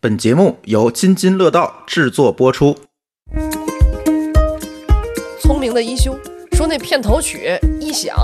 本节目由津津乐道制作播出。聪明的一休说那片头曲一响，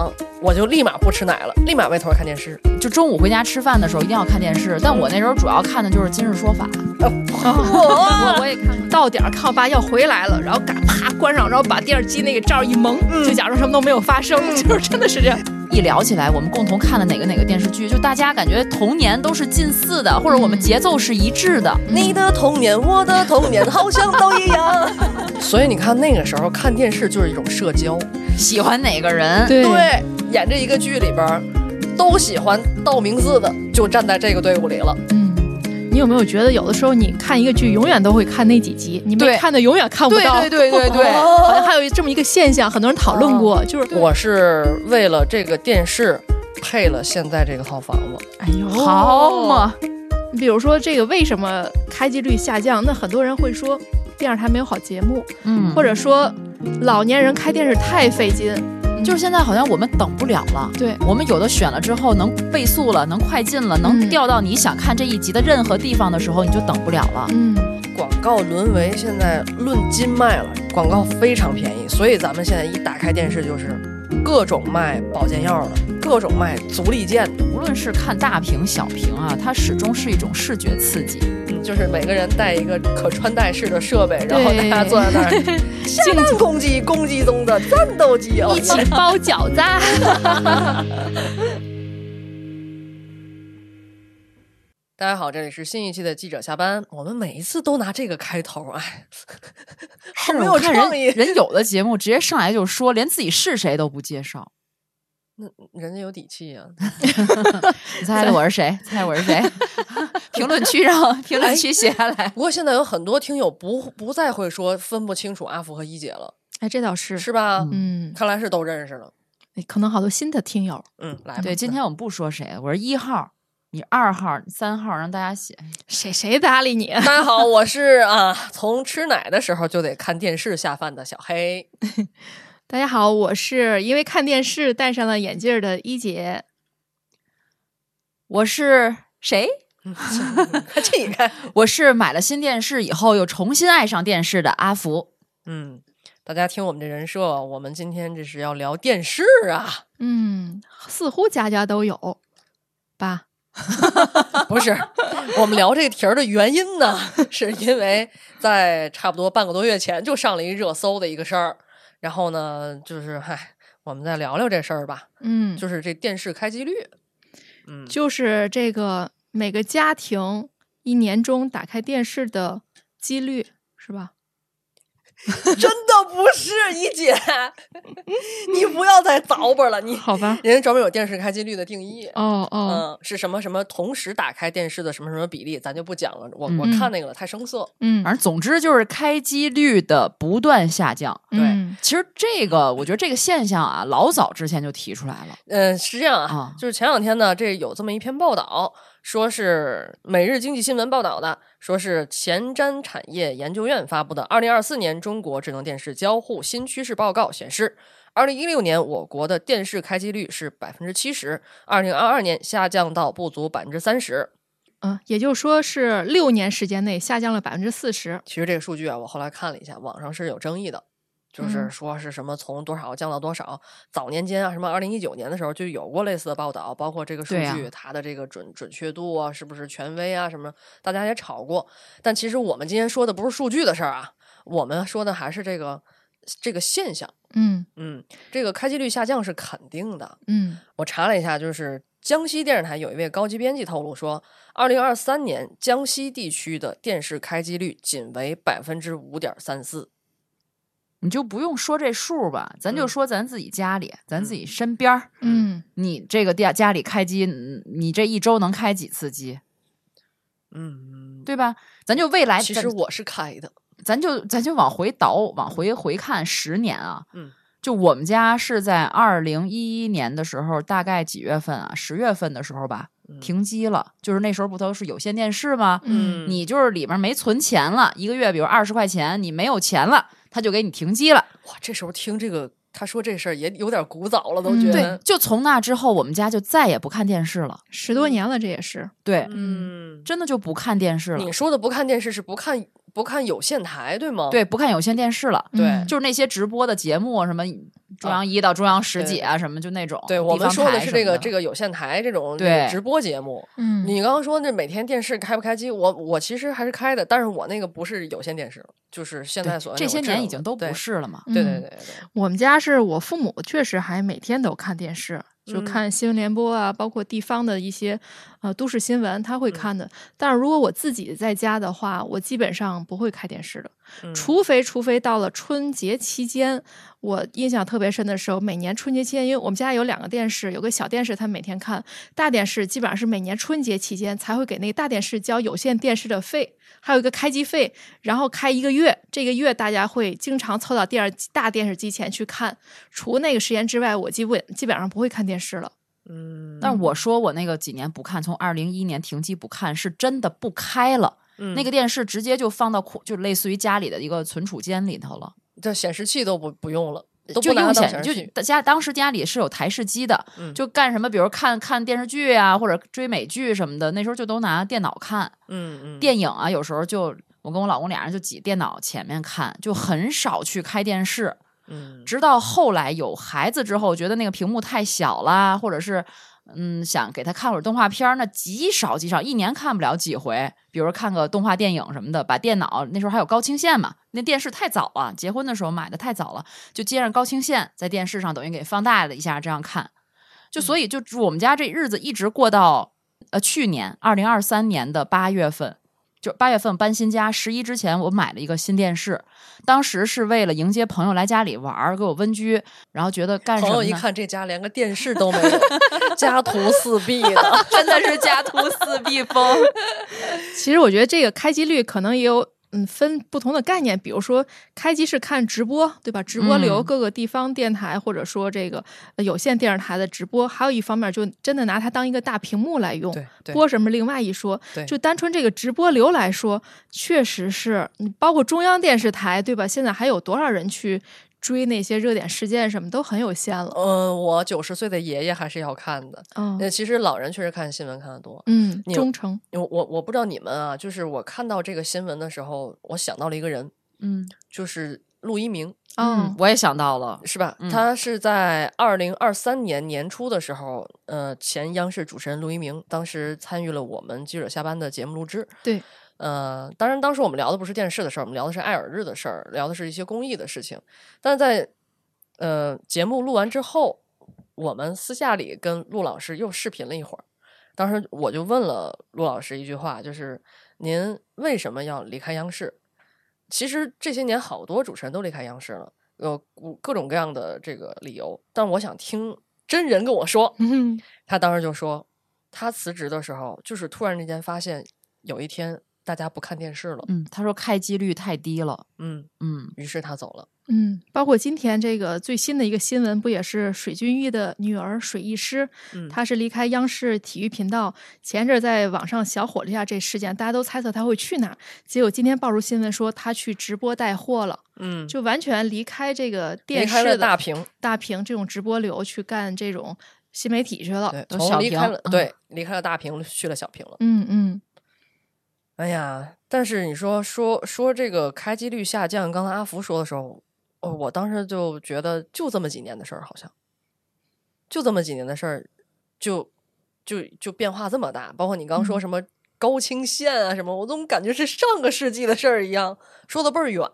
我就立马不吃奶了，立马歪头看电视。就中午回家吃饭的时候一定要看电视，但我那时候主要看的就是《今日说法》，我 我也看过。到点儿看我爸要回来了，然后嘎啪关上，然后把电视机那个罩一蒙，就假装什么都没有发生，就是真的是这样。一聊起来，我们共同看了哪个哪个电视剧，就大家感觉童年都是近似的，或者我们节奏是一致的。你的童年，我的童年，好像都一样。 所以你看，那个时候看电视就是一种社交。喜欢哪个人？对嗯对，演这一个剧里边儿，都喜欢道明寺的，就站在这个队伍里了。嗯，你有没有觉得有的时候你看一个剧，永远都会看那几集，你对没看的永远看不到？对对对对哦对 好像还有这么一个现象，很多人讨论过，就是我是为了这个电视配了现在这个套房子。哎呦，好哦嘛，你比如说这个为什么开机率下降？那很多人会说电视台没有好节目，嗯，或或者者说老年人开电视太费劲。就是现在好像我们等不了了。对，我们有的选了之后能倍速了，能快进了，能嗯调到你想看这一集的任何地方的时候，你就等不了了。嗯，广告沦为现在论斤卖了，广告非常便宜，所以咱们现在一打开电视就是各种卖保健药的，各种卖足力健的，嗯无论是看大屏小屏啊，它始终是一种视觉刺激。就是每个人带一个可穿戴式的设备，然后大对家坐在那儿，下蛋公鸡，公鸡中的战斗机，哦一起包饺子。啊 大家好，这里是新一期的记者下班，我们每一次都拿这个开头，哎，好是没我有看创意人，人有的节目直接上来就说，连自己是谁都不介绍。人家有底气呀、你猜猜我是谁？猜我是 谁？评论区让评论区写下来。不过现在有很多听友不不再会说分不清楚阿福和一姐了，哎，这倒是，是吧？嗯，看来是都认识了。可能好多新的听友嗯，来吧。对，今天我们不说谁，我是一号，你二号，你三号，让大家写。谁谁搭理你？ 大家好，我是啊，从吃奶的时候就得看电视下饭的小黑。大家好，我是因为看电视戴上了眼镜儿的一姐。我是谁？嗯 看这一看，我是买了新电视以后又重新爱上电视的阿福。嗯，大家听我们这人设，我们今天这是要聊电视啊， 嗯，似乎家家都有吧？不是我们聊这个题儿的原因呢，是因为在差不多半个多月前就上了一热搜的一个事儿，然后呢，就是嗨，我们再聊聊这事儿吧，嗯，就是这电视开机率，嗯，就是这个每个家庭一年中打开电视的几率是吧？ 真的不是一 姐，你不要再凿吧了，你 。好吧人家专门有电视开机率的定义。哦嗯，哦，是什么什么同时打开电视的什么什么比例，咱就不讲了。我我嗯看那个了，太生涩。嗯反正总之就是开机率的不断下降。对嗯其实这个，我觉得这个现象啊，老早之前就提出来了。嗯，是这样啊，啊就是前两天呢，这有这么一篇报道说是《每日经济新闻》报道的，说是前瞻产业研究院发布的《二零二四年中国智能电视交互新趋势报告》显示，二零一六年我国的电视开机率是百分之七十，二零二二年下降到不足百分之三十。嗯，也就是说是六年时间内下降了百分之四十。其实这个数据啊，我后来看了一下，网上是有争议的，就是嗯说是什么从多少降到多少。早年间啊，什么二零一九年的时候就有过类似的报道，包括这个数对啊据、它的这个准准确度啊，是不是权威啊什么，大家也吵过。但其实我们今天说的不是数据的事儿啊，我们说的还是这个这个现象。嗯嗯，这个开机率下降是肯定的，嗯我查了一下，就是江西电视台有一位高级编辑透露说，二零二三年江西地区的电视开机率仅为百分之五点三四。你就不用说这数吧，咱就嗯说咱自己家里，咱嗯自己身边儿，嗯，你这个家家里开机，嗯你这一周能开几次机，嗯，对吧？咱就未来，其咱实我是开的，咱就咱就往回倒，往回回看十年啊，嗯，就我们家是在二零一一年的时候，大概几月份啊？十月份的时候吧，嗯停机了，就是那时候不都是有线电视吗？嗯你就是里面没存钱了，一个月比如二十块钱，你没有钱了，他就给你停机了。哇，这时候听这个他说这事儿也有点古早了，都觉嗯对得，，就从那之后，我们家就再也不看电视了。十多年了，这也是。对，嗯，真的就不看电视了你。说的不看电视是不看不看有线台对吗？对，不看有线电视了，对嗯就是那些直播的节目，什么中央一到中央十几啊，什么就那种。嗯对，我们说的是这个这个，个有线台这种对直播节目。嗯你刚刚说那每天电视开不开机，我我其实还是开的，但是我那个不是有线电视，就是现在对所谓这那些种智年已能经都的不。是了嘛。对对对嗯对对对，我们家是我父母确实还每天都看电视，就嗯看新闻联播啊，包括地方的一些呃都市新闻，他会嗯看的。但是如果我自己在家的话，我基本上不会开电视的，嗯除非除非到了春节期间。我印象特别深的时候，每年春节期间，因为我们家有两个电视，有个小电视，他每天看；大电视基本上是每年春节期间才会给那个大电视交有线电视的费，还有一个开机费，然后开一个月，这个月大家会经常凑到电视大电视机前去看。除那个时间之外，我基本基本上不会看电视了。嗯，但我说我那个几年不看，从二零一一年停机不看，是真的不开了。那那个电视直接就放到库，就类似于家里的一个存储间里头了，这显示器都不不用了，都不就拿用它当显显就示器。家当时家里是有台式机的，嗯就干什么，比如看看电视剧啊，或者追美剧什么的，那时候就都拿电脑看嗯嗯，电影啊，有时候就我跟我老公俩人就挤电脑前面看，就很少去开电视。嗯直到后来有孩子之后，觉得那个屏幕太小啦，或者是嗯想给他看会儿动画片儿，那极少极少，一年看不了几回。比如看个动画电影什么的，把电脑那时候还有高清线嘛，那电视太早了，结婚的时候买的太早了，就接上高清线，在电视上等于给放大了一下，这样看。就所以就我们家这日子一直过到呃去年二零二三年的八月份，就八月份搬新家，十一之前我买了一个新电视，当时是为了迎接朋友来家里玩儿，给我温居，然后觉得干什朋么友呢一看这家连个电视 都没有，家徒四壁的。真的是家徒四壁风，其实我觉得这个开机率可能也有。嗯，分不同的概念，比如说开机是看直播，对吧？直播流嗯各个地方电台、或者说这个呃有线电视台的直播，还有一方面就真的拿它当一个大屏幕来 用，对对播什么另外一说对。就单纯这个直播流来说，确实是你包括中央电视台，对吧？现在还有多少人去追那些热点事件什么，都很有限了。嗯，我九十岁的爷爷还是要看的。嗯那其实老人确实看新闻看的多。嗯，呃你有忠诚，我我我不知道你们啊，就是我看到这个新闻的时候，我想到了一个人，嗯就是陆一鸣。嗯嗯，我也想到了，是吧？嗯他是在二零二三年年初的时候，呃，前央视主持人陆一鸣当时参与了我们记者下班的节目录制。 对，呃，当然当时我们聊的不是电视的事儿，我们聊的是爱尔日的事儿，聊的是一些公益的事情。但是在呃节目录完之后，我们私下里跟陆老师又视频了一会儿。当时我就问了陆老师一句话，就是您为什么要离开央视？其实这些年好多主持人都离开央视了，有各各种各样的这个理由。但我想听真人跟我说，嗯他当时就说，他辞职的时候就是突然之间发现有一天大家不看电视了，嗯，他说开机率太低了，嗯，嗯，于是他走了，嗯，包括今天这个最新的一个新闻，不也是水均益的女儿水亦师，嗯，她是离开央视体育频道，前一阵儿在网上小火了一下这事件，大家都猜测她会去哪儿，结果今天爆出新闻说她去直播带货了，嗯就完全离开这个离电开视了的大屏，大屏这种直播流去干这种新媒体去了。对，都从小离屏开了嗯对离开了大屏去了小屏了。嗯嗯哎呀，但是你说说说这个开机率下降，刚才阿福说的时候，哦，我当时就觉得就这么几年的事儿，好像就这么几年的事儿，就就就变化这么大。包括你刚刚说嗯什么高清线啊什么，我总感觉是上个世纪的事儿一样，说的倍儿远，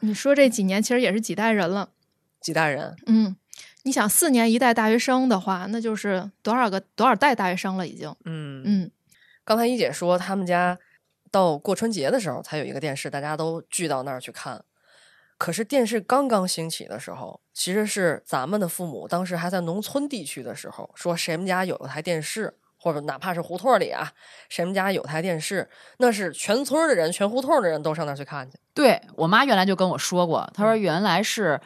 你说这几年其实也是几代人了。几代人。嗯，你想四年一代大学生的话，那就是多少个多少代大学生了已经。嗯嗯刚才一姐说他们家到过春节的时候才有一个电视，大家都聚到那儿去看。可是电视刚刚兴起的时候，其实是咱们的父母当时还在农村地区的时候，说谁们家有台电视，或者哪怕是胡同里啊，谁们家有台电视，那是全村儿的人、全胡同儿的人都上那儿去看去。对我妈原来就跟我说过，她说原来是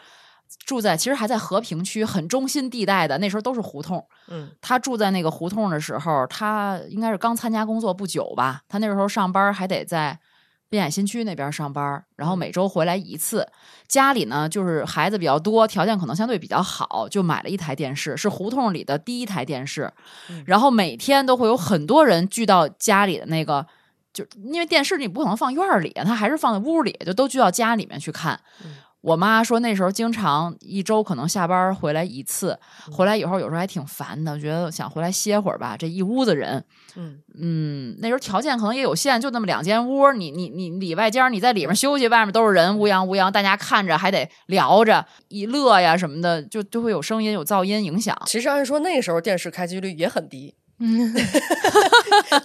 住在其实还在和平区很中心地带的，那时候都是胡同。嗯她住在那个胡同的时候，她应该是刚参加工作不久吧，她那时候上班还得在。滨海新区那边上班，然后每周回来一次。家里呢，就是孩子比较多，条件可能相对比较好，就买了一台电视，是胡同里的第一台电视。然后每天都会有很多人聚到家里的那个，就因为电视你不可能放院儿里，啊它还是放在屋里，就都聚到家里面去看。嗯我妈说那时候经常一周可能下班回来一次，嗯回来以后有时候还挺烦的，觉得想回来歇会儿吧。这一屋子人，嗯，嗯，那时候条件可能也有限，就那么两间屋，你你你里外间儿你在里面休息，外面都是人，乌泱乌泱，大家看着还得聊着一乐呀什么的，就就会有声音有噪音影响。其实按说那时候电视开机率也很低，嗯，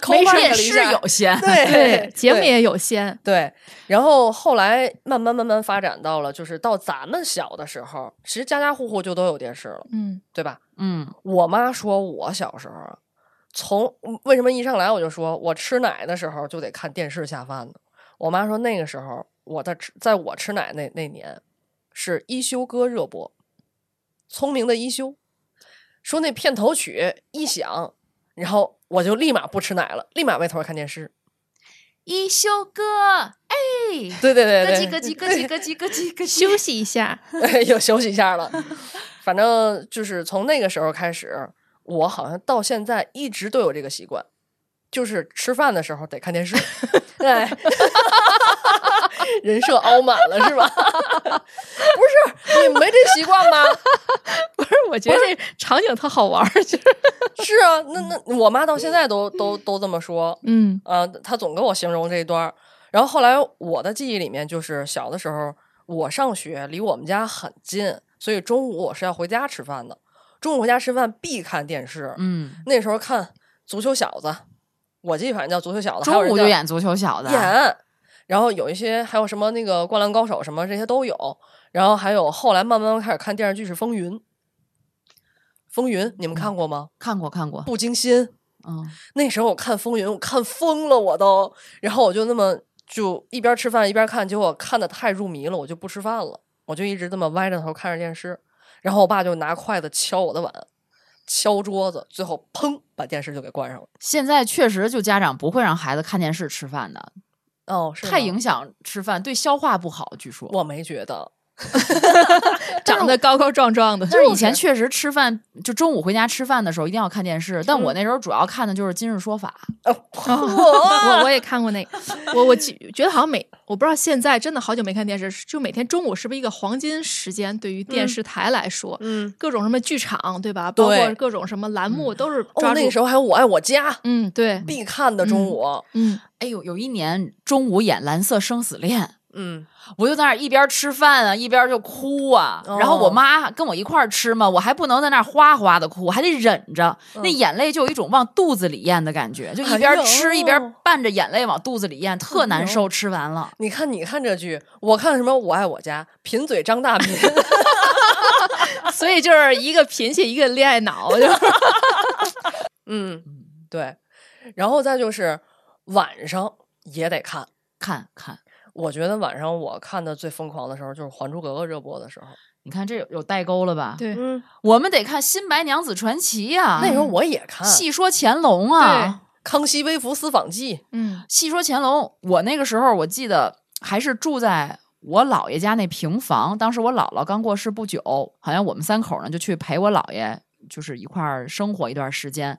抠门儿电了一视下有 限，对对，节目对也有限。对，然后后来慢慢慢慢发展到了，就是到咱们小的时候，其实家家户户就都有电视了，嗯对吧？嗯，我妈说我小时候啊，从为什么一上来我就说我吃奶的时候就得看电视下饭呢？我妈说那个时候我在吃，在我吃奶那那年是一休哥热播，聪明的一休说那片头曲一响，然后我就立马不吃奶了，立马歪头看电视。一休哥，哎，对对对咯对，叽咯叽咯叽咯叽咯叽咯叽，休息一下， 又休息一下了。反正就是从那个时候开始，我好像到现在一直都有这个习惯，就是吃饭的时候得看电视。哎， 人设凹满了是吧？ 不是，你没这习惯吗？不是，我觉得这场景特好玩儿，就是是啊，那那我妈到现在都都都这么说。嗯啊，她总跟我形容这一段儿。然后后来我的记忆里面，就是小的时候我上学离我们家很近，所以中午我是要回家吃饭的。中午回家吃饭必看电视，嗯，那时候看《足球小子》，我记得反正叫《足球小子》，还有中人午就叫演足啊球小子，演，然后有一些还有什么那个《灌篮高手》什么这些都有，然后还有后来慢慢开始看电视剧是《风云》，《风云》你嗯们看过吗？看过看过，步惊心，嗯，那时候我看《风云》，我看疯了，我都。然后我就那么就一边吃饭一边看，结果看的太入迷了，我就不吃饭了，我就一直这么歪着头看着电视。然后我爸就拿筷子敲我的碗，敲桌子，最后砰把电视就给关上了。现在确实就家长不会让孩子看电视吃饭的，哦，是太吗影响吃饭，对消化不好，据说。我没觉得，长得高高壮壮的，但是以前确实吃饭，就中午回家吃饭的时候一定要看电视，但嗯我那时候主要看的就是《今日说法 呃， 我我也看过那个，我我记觉得好像每我不知道现在真的好久没看电视，就每天中午是不是一个黄金时间？对于电视台来说，嗯，各种什么剧场对吧？包括对各种什么栏目都是哦，抓住。那个时候还有《我爱我家》嗯， 对，必看的中嗯午，嗯，》。哎呦，有一年中午演《蓝色生死恋》，嗯我就在那儿一边吃饭啊，一边就哭啊。哦然后我妈跟我一块儿吃嘛，我还不能在那儿哗哗的哭，我还得忍着，那眼泪就有一种往肚子里咽的感觉，就一嗯哎边呦哎吃一边伴着眼泪往肚子里咽，特难受。吃完了，你看，你看这剧，我看什么《我爱我家》，贫嘴张大民，所以就是一个贫气，一个恋爱脑， 就是嗯嗯，对。然后再就是晚上，也得看。看看。我觉得晚上我看的最疯狂的时候就是《还珠格格》热播的时候。你看这有有代沟了吧？，对，嗯，我们得看《新白娘子传奇》呀，那时啊候我也看《戏说乾隆啊，康熙微服私访记》，嗯戏说乾隆。我那个时候我记得还是住在我姥爷家那平房，当时我姥姥刚过世不久，好像我们三口呢就去陪我姥爷。就是一块儿生活一段时间，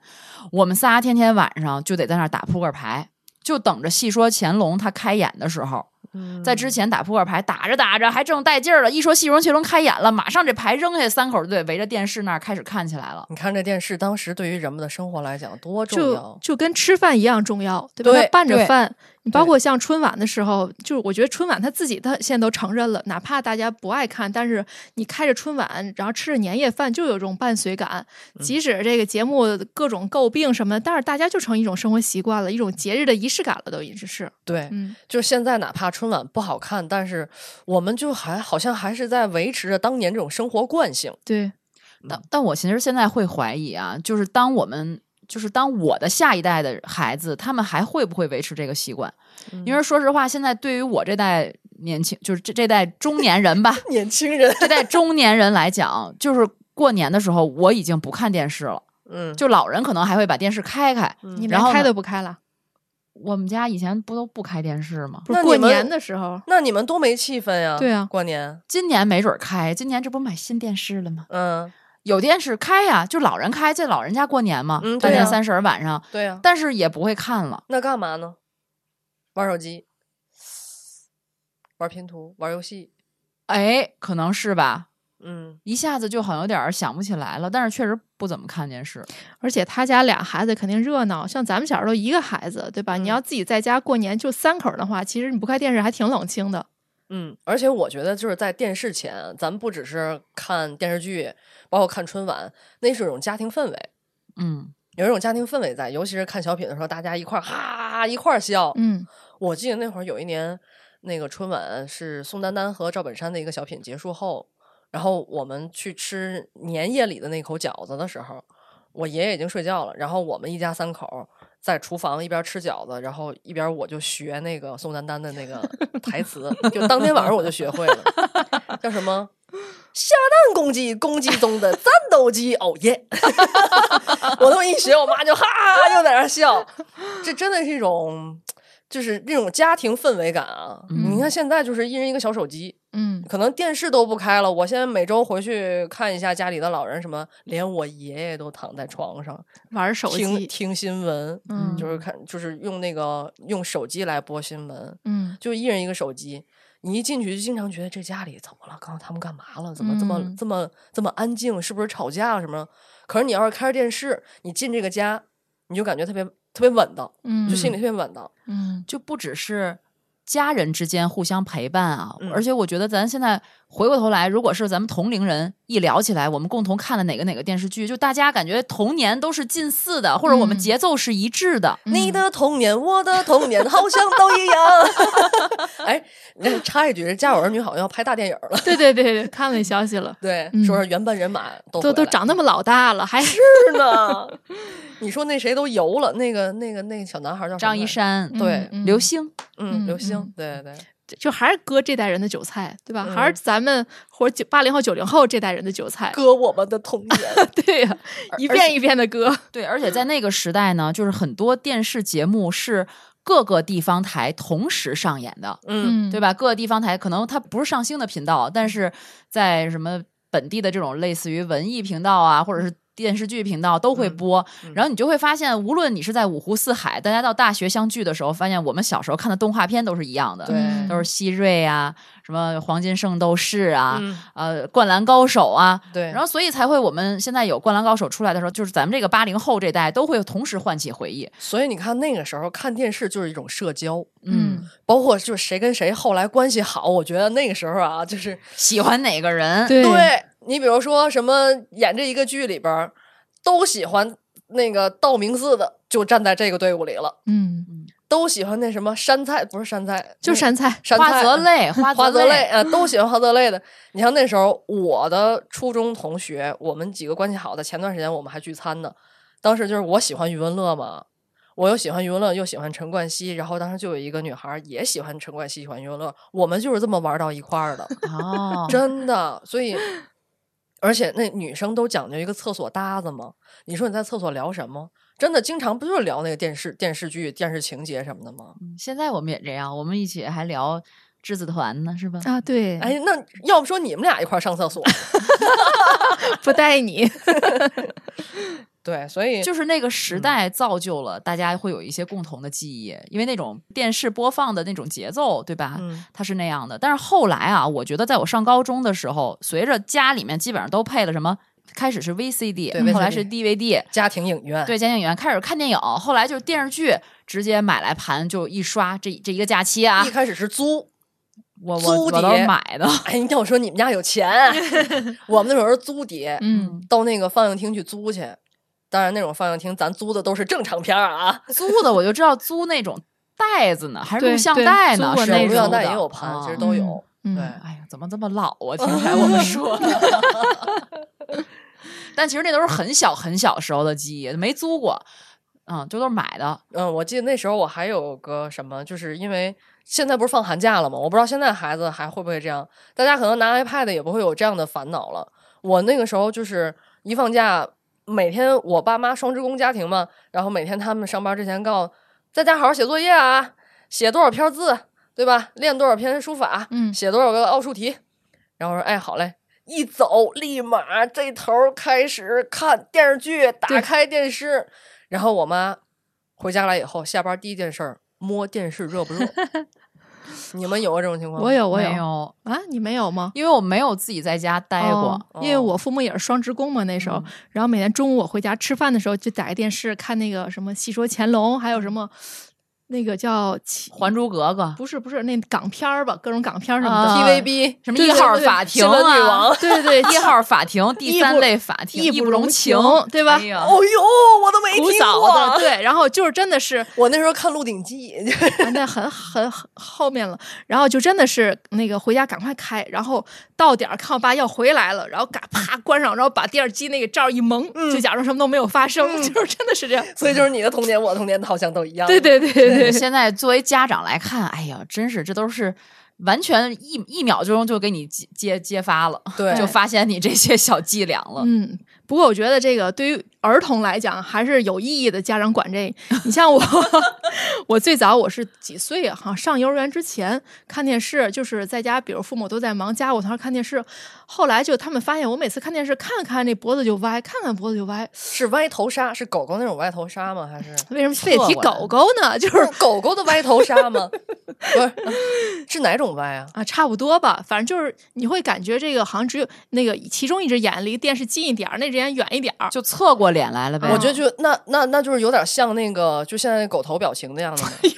我们仨天天晚上就得在那儿打扑克牌，就等着《戏说乾隆》他开演的时候，嗯嗯在之前打扑克牌，打着打着还正带劲儿了，一说《戏说乾隆》开演了，马上这牌扔下，三口就得围着电视那儿开始看起来了。你看这电视，当时对于人们的生活来讲多重就要。就跟吃饭一样重要，对吧？对它伴着对饭，你包对括像春晚的时候，就是我觉得春晚他自己他现在都承认了，哪怕大家不爱看，但是你开着春晚，然后吃着年夜饭，就有这种伴随感。嗯即使这个节目各种诟病什么，但是大家就成一种生活习惯了，一种节日的仪式感了，都已经是。对，嗯，就是现在哪怕春晚不好看，但是我们就还好像还是在维持着当年这种生活惯性。对，但但我其实现在会怀疑啊，就是当我们就是当我的下一代的孩子，他们还会不会维持这个习惯？嗯因为说实话，现在对于我这代年轻，就是这这代中年人吧，年轻人，这代中年人来讲，就是过年的时候我已经不看电视了，嗯，就老人可能还会把电视开开。你然连后开呢都不开了，我们家以前不都不开电视吗？不是那过你们年的时候，那你们多没气氛呀？对啊过年，今年没准儿开，今年这不买新电视了吗？嗯，有电视开呀、就老人开，这老人家过年嘛，嗯大对年呀三十儿晚上，对啊呀、但是也不会看了。那干嘛呢？玩手机，玩拼图，玩游戏，哎，可能是吧，嗯，一下子就好像有点儿想不起来了，但是确实不怎么看电视。而且他家俩孩子肯定热闹，像咱们小时候一个孩子，对吧？嗯你要自己在家过年就三口儿的话，其实你不开电视还挺冷清的。嗯，而且我觉得就是在电视前，咱们不只是看电视剧，包括看春晚，那是一种家庭氛围，嗯，有一种家庭氛围在，尤其是看小品的时候，大家一块儿哈哈哈一块儿笑。嗯，我记得那会儿有一年，那个春晚是宋丹丹和赵本山的一个小品结束后，然后我们去吃年夜里的那口饺子的时候，我爷爷已经睡觉了，然后我们一家三口儿在厨房一边吃饺子，然后一边我就学那个宋丹丹的那个台词，就当天晚上我就学会了，叫什么？下蛋公鸡，公鸡中的战斗机，哦耶！ 我那么一学，我妈就哈又在那儿笑，这真的是一种，就是那种家庭氛围感啊！嗯你看现在就是一人一个小手机，嗯，可能电视都不开了。我现在每周回去看一下家里的老人，什么连我爷爷都躺在床上玩手听机，听新闻，嗯就是看就是用那个用手机来播新闻，嗯，就一人一个手机。你一进去就经常觉得这家里怎么了？刚刚他们干嘛了？怎么这么、嗯这么这么安静？是不是吵架了什么？可是你要是开着电视，你进这个家，你就感觉特别特别稳当，嗯，就心里特别稳当。嗯，就不只是家人之间互相陪伴啊，嗯而且我觉得咱现在回过头来，如果是咱们同龄人一聊起来，我们共同看了哪个哪个电视剧，就大家感觉童年都是近似的，或者我们嗯节奏是一致的。你嗯的童年，我的童年，好像都一样。哎，那插一句，这《家有儿女》好像要拍大电影了。对对对对，看了消息了，对，嗯说是原班人马都都都长那么么老大了，还是呢。你说那谁都游了，那个那个那个小男孩叫什么张一来着，山、对刘，星，嗯，嗯刘星嗯，对对对，就还是割这代人的韭菜，对吧？还是嗯咱们或者九八零后、九零后这代人的韭菜，割我们的童年。 对呀，一遍一遍的割，对，而且在那个时代呢，就是很多电视节目是各个地方台同时上演的，嗯，对吧？吧？各个地方台可能它不是上星的频道，但是在什么本地的这种类似于文艺频道啊，或者是电视剧频道都会嗯播。嗯然后你就会发现，无论你是在五湖四海，大家到大学相聚的时候，发现我们小时候看的动画片都是一样的，嗯对都是希瑞啊，什么黄金圣斗士啊，嗯呃，灌篮高手啊。对，然后，所以才会我们现在有《灌篮高手》出来的时候，就是咱们这个八零后这代都会同时唤起回忆。所以你看那个时候看电视就是一种社交，嗯，包括就是谁跟谁后来关系好，我觉得那个时候啊，就是喜欢哪个人？对对你比如说什么演这一个剧里边儿，都喜欢那个道明寺的，就站在这个队伍里了；嗯，都喜欢那什么山菜，不是山菜，就那山菜， 山花菜泽。类，花花泽泽类，啊，都喜欢花泽类的。你像那时候，我的初中同学，我们几个关系好的，前段时间我们还聚餐呢。当时就是我喜欢余文乐嘛，我又喜欢余文乐，又喜欢陈冠希，然后当时就有一个女孩儿也喜欢陈冠希，喜欢余文乐，我们就是这么玩到一块儿的，哦，真的。所以，而且那女生都讲究一个厕所搭子嘛，你说你在厕所聊什么？真的，经常不就是聊那个电视、电视剧、电视情节什么的吗？嗯现在我们也这样，我们一起还聊栀子团呢，是吧？啊，对，哎，那要不说你们俩一块儿上厕所？不带你，对，所以就是那个时嗯代造就了大家会有一些共同的记忆，因为那种电视播放的那种节奏，对吧？嗯它是那样的。但是后来啊，我觉得在我上高中的时候，随着家里面基本上都配了什么，开始是 VCD，对后来 VCD 是 DVD，家庭影院，对，家庭影院开始看电影，后来就是电视剧直接买来盘就一刷，这这一个假期啊哦一，开始是租。我我租我碟都是买的，哎，你听我说，你们家有钱啊，我们那时候是租碟，嗯，到那个放映厅去租去。当然，那种放映厅咱租的都是正常片儿啊，租的我就知道租那种袋子呢，还是对录像对带呢，租过是那有有种录像录像带带也有盘，啊其实都嗯有。嗯对，哎呀，怎么这么老啊？听起来我们 说的，但其实那都是很小很小时候的记忆，没租过，嗯，这都是买的。嗯，我记得那时候我还有个什么，就是因为现在不是放寒假了吗？我不知道现在孩子还会不会这样，大家可能拿 iPad 也不会有这样的烦恼了。我那个时候就是一放假，每天我爸妈双职工家庭嘛，然后每天他们上班之前告诉在家好好写作业啊，写多少篇字，对吧？练多少篇书法，嗯写多少个奥数题，然后我说哎好嘞。一走，立马这头儿开始看电视剧，打对开电视，然后我妈回家来以后，下班第一件事儿摸电视热 不热。你们有过这种情况吗？我有，我没有有，啊，你没有吗？因为我没有自己在家待过哦。因为哦我父母也是双职工嘛，那时候，然后每天中午我回家吃饭的时候，就打开电视看那个什么《戏说乾隆》，还有什么那个叫起《还珠格格》不是不是那港片儿吧，各种港片儿什么的。啊 TVB 什么对一对号对法庭新闻女王 啊，对对对，一号法庭第义三不类法庭，义义不不容情情，对吧哎 呀哦呦，我都没听古过嫂。子，对，然后就是真的是我那时候看《鹿鼎记》，啊，那很很很后面了，然后就真的是那个回家赶快开，然后到点儿看我爸要回来了，然后嘎啪关上，然后把电视机那个罩儿一蒙，就假装什么都没有发生，就是真的是这样。所以就是你的童年，我的童年好像都一样。对对对对对，现在作为家长来看，哎呀，真是这都是完全一一秒钟就给你揭揭揭发了，对就发现你这些小伎俩了。 嗯。不过我觉得这个对于儿童来讲还是有意义的，家长管这。你像我， 我最早我是几岁啊？哈，上幼儿园之前看电视，就是在家，比如父母都在忙，家我同时看电视。后来就他们发现我每次看电视，看看这脖子就歪，看看脖子就歪，是歪头鲨，是狗狗那种歪头鲨吗？还是为什么非得提错过了狗狗呢？ 就不是是狗狗的歪头鲨 吗？不是，啊是哪种歪啊？啊，差不多吧，反正就是你会感觉这个好像只有那个其中一只眼离电视近一点儿，那只眼远一点儿。就侧过脸来了呗。我觉得就那那那就是有点像那个，就现在那狗头表情那样的吗哎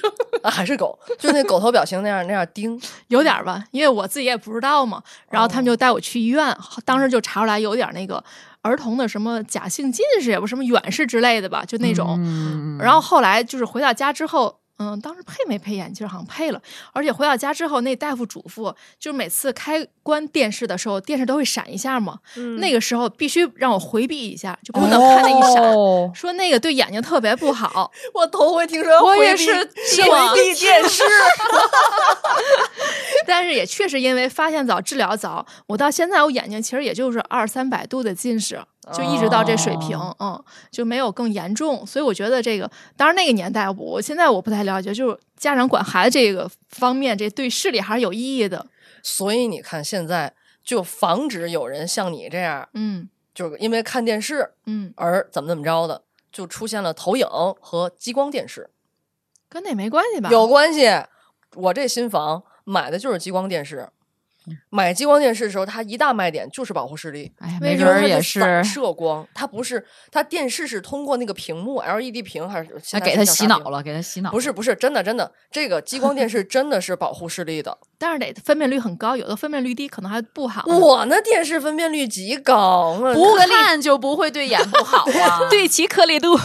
啊，还是狗，就那狗头表情那样那样盯。有点儿吧，因为我自己也不知道嘛。然后他哦们就带我去医院，当时就查出来有点儿那个儿童的什么假性近视，也不是什么远视之类的吧，就那种。嗯然后后来就是回到家之后，嗯，当时配没配眼镜？好像配了。而且回到家之后，那大夫嘱咐，就是每次开关电视的时候，电视都会闪一下嘛。嗯那个时候必须让我回避一下，就不能看那一闪。哦说那个对眼睛特别不好，我头回听说，我也是是吗回避电 视。但是也确实因为发现早、治疗早，我到现在我眼睛其实也就是二三百度的近视，就一直到这水平，哦嗯，就没有更严重。所以我觉得这个，当然那个年代我，我现在我不太了解，就是家长管孩子这个方面，这对视力还是有意义的。所以你看，现在就防止有人像你这样，嗯就是因为看电视嗯，而怎么怎么着的，就出现了投影和激光电视，跟那没关系吧？有关系。我这新房买的就是激光电视，嗯买激光电视的时候，它一大卖点就是保护视力。哎，为没什准么它儿的也散是射光，它不是它电视是通过那个屏幕 LED 屏还是他现在给是他叫洗啥脑屏了，给他洗脑。不是不是真的真的，这个激光电视真的是保护视力的。但是得分辨率很高，有的分辨率低，可能还不 好。。我那电视分辨率极高，我不看就不会对眼不好啊对齐颗粒度，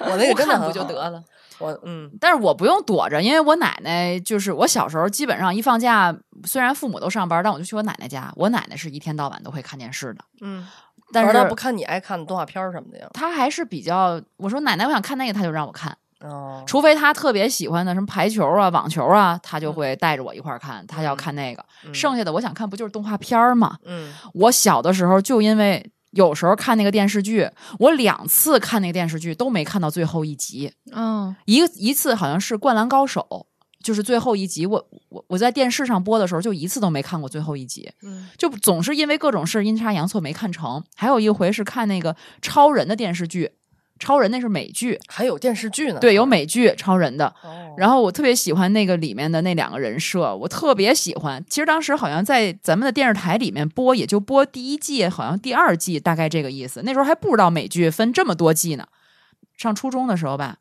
我 那个不真的看很不就好得了？我嗯，但是我不用躲着，因为我奶奶就是我小时候基本上一放假，虽然父母都上班，但我就去我奶奶家。我奶奶是一天到晚都会看电视的，嗯，但而是他不看你爱看的动画片儿什么的呀。他还是比较，我说奶奶，我想看那个，他就让我看。哦，除非他特别喜欢的什么排球啊、网球啊，他就会带着我一块儿看，他要看那个。嗯剩下的我想看不就是动画片儿吗？嗯我小的时候就因为有时候看那个电视剧，我两次看那个电视剧都没看到最后一集，嗯，一个一次好像是《灌篮高手》。就是最后一集，我我我在电视上播的时候，就一次都没看过最后一集，嗯就总是因为各种事阴差阳错没看成。还有一回是看那个超人的电视剧，超人那是美剧，还有电视剧呢。对，有美剧超人的，哦，然后我特别喜欢那个里面的那两个人设，我特别喜欢。其实当时好像在咱们的电视台里面播，也就播第一季，好像第二季大概这个意思。那时候还不知道美剧分这么多季呢，上初中的时候吧，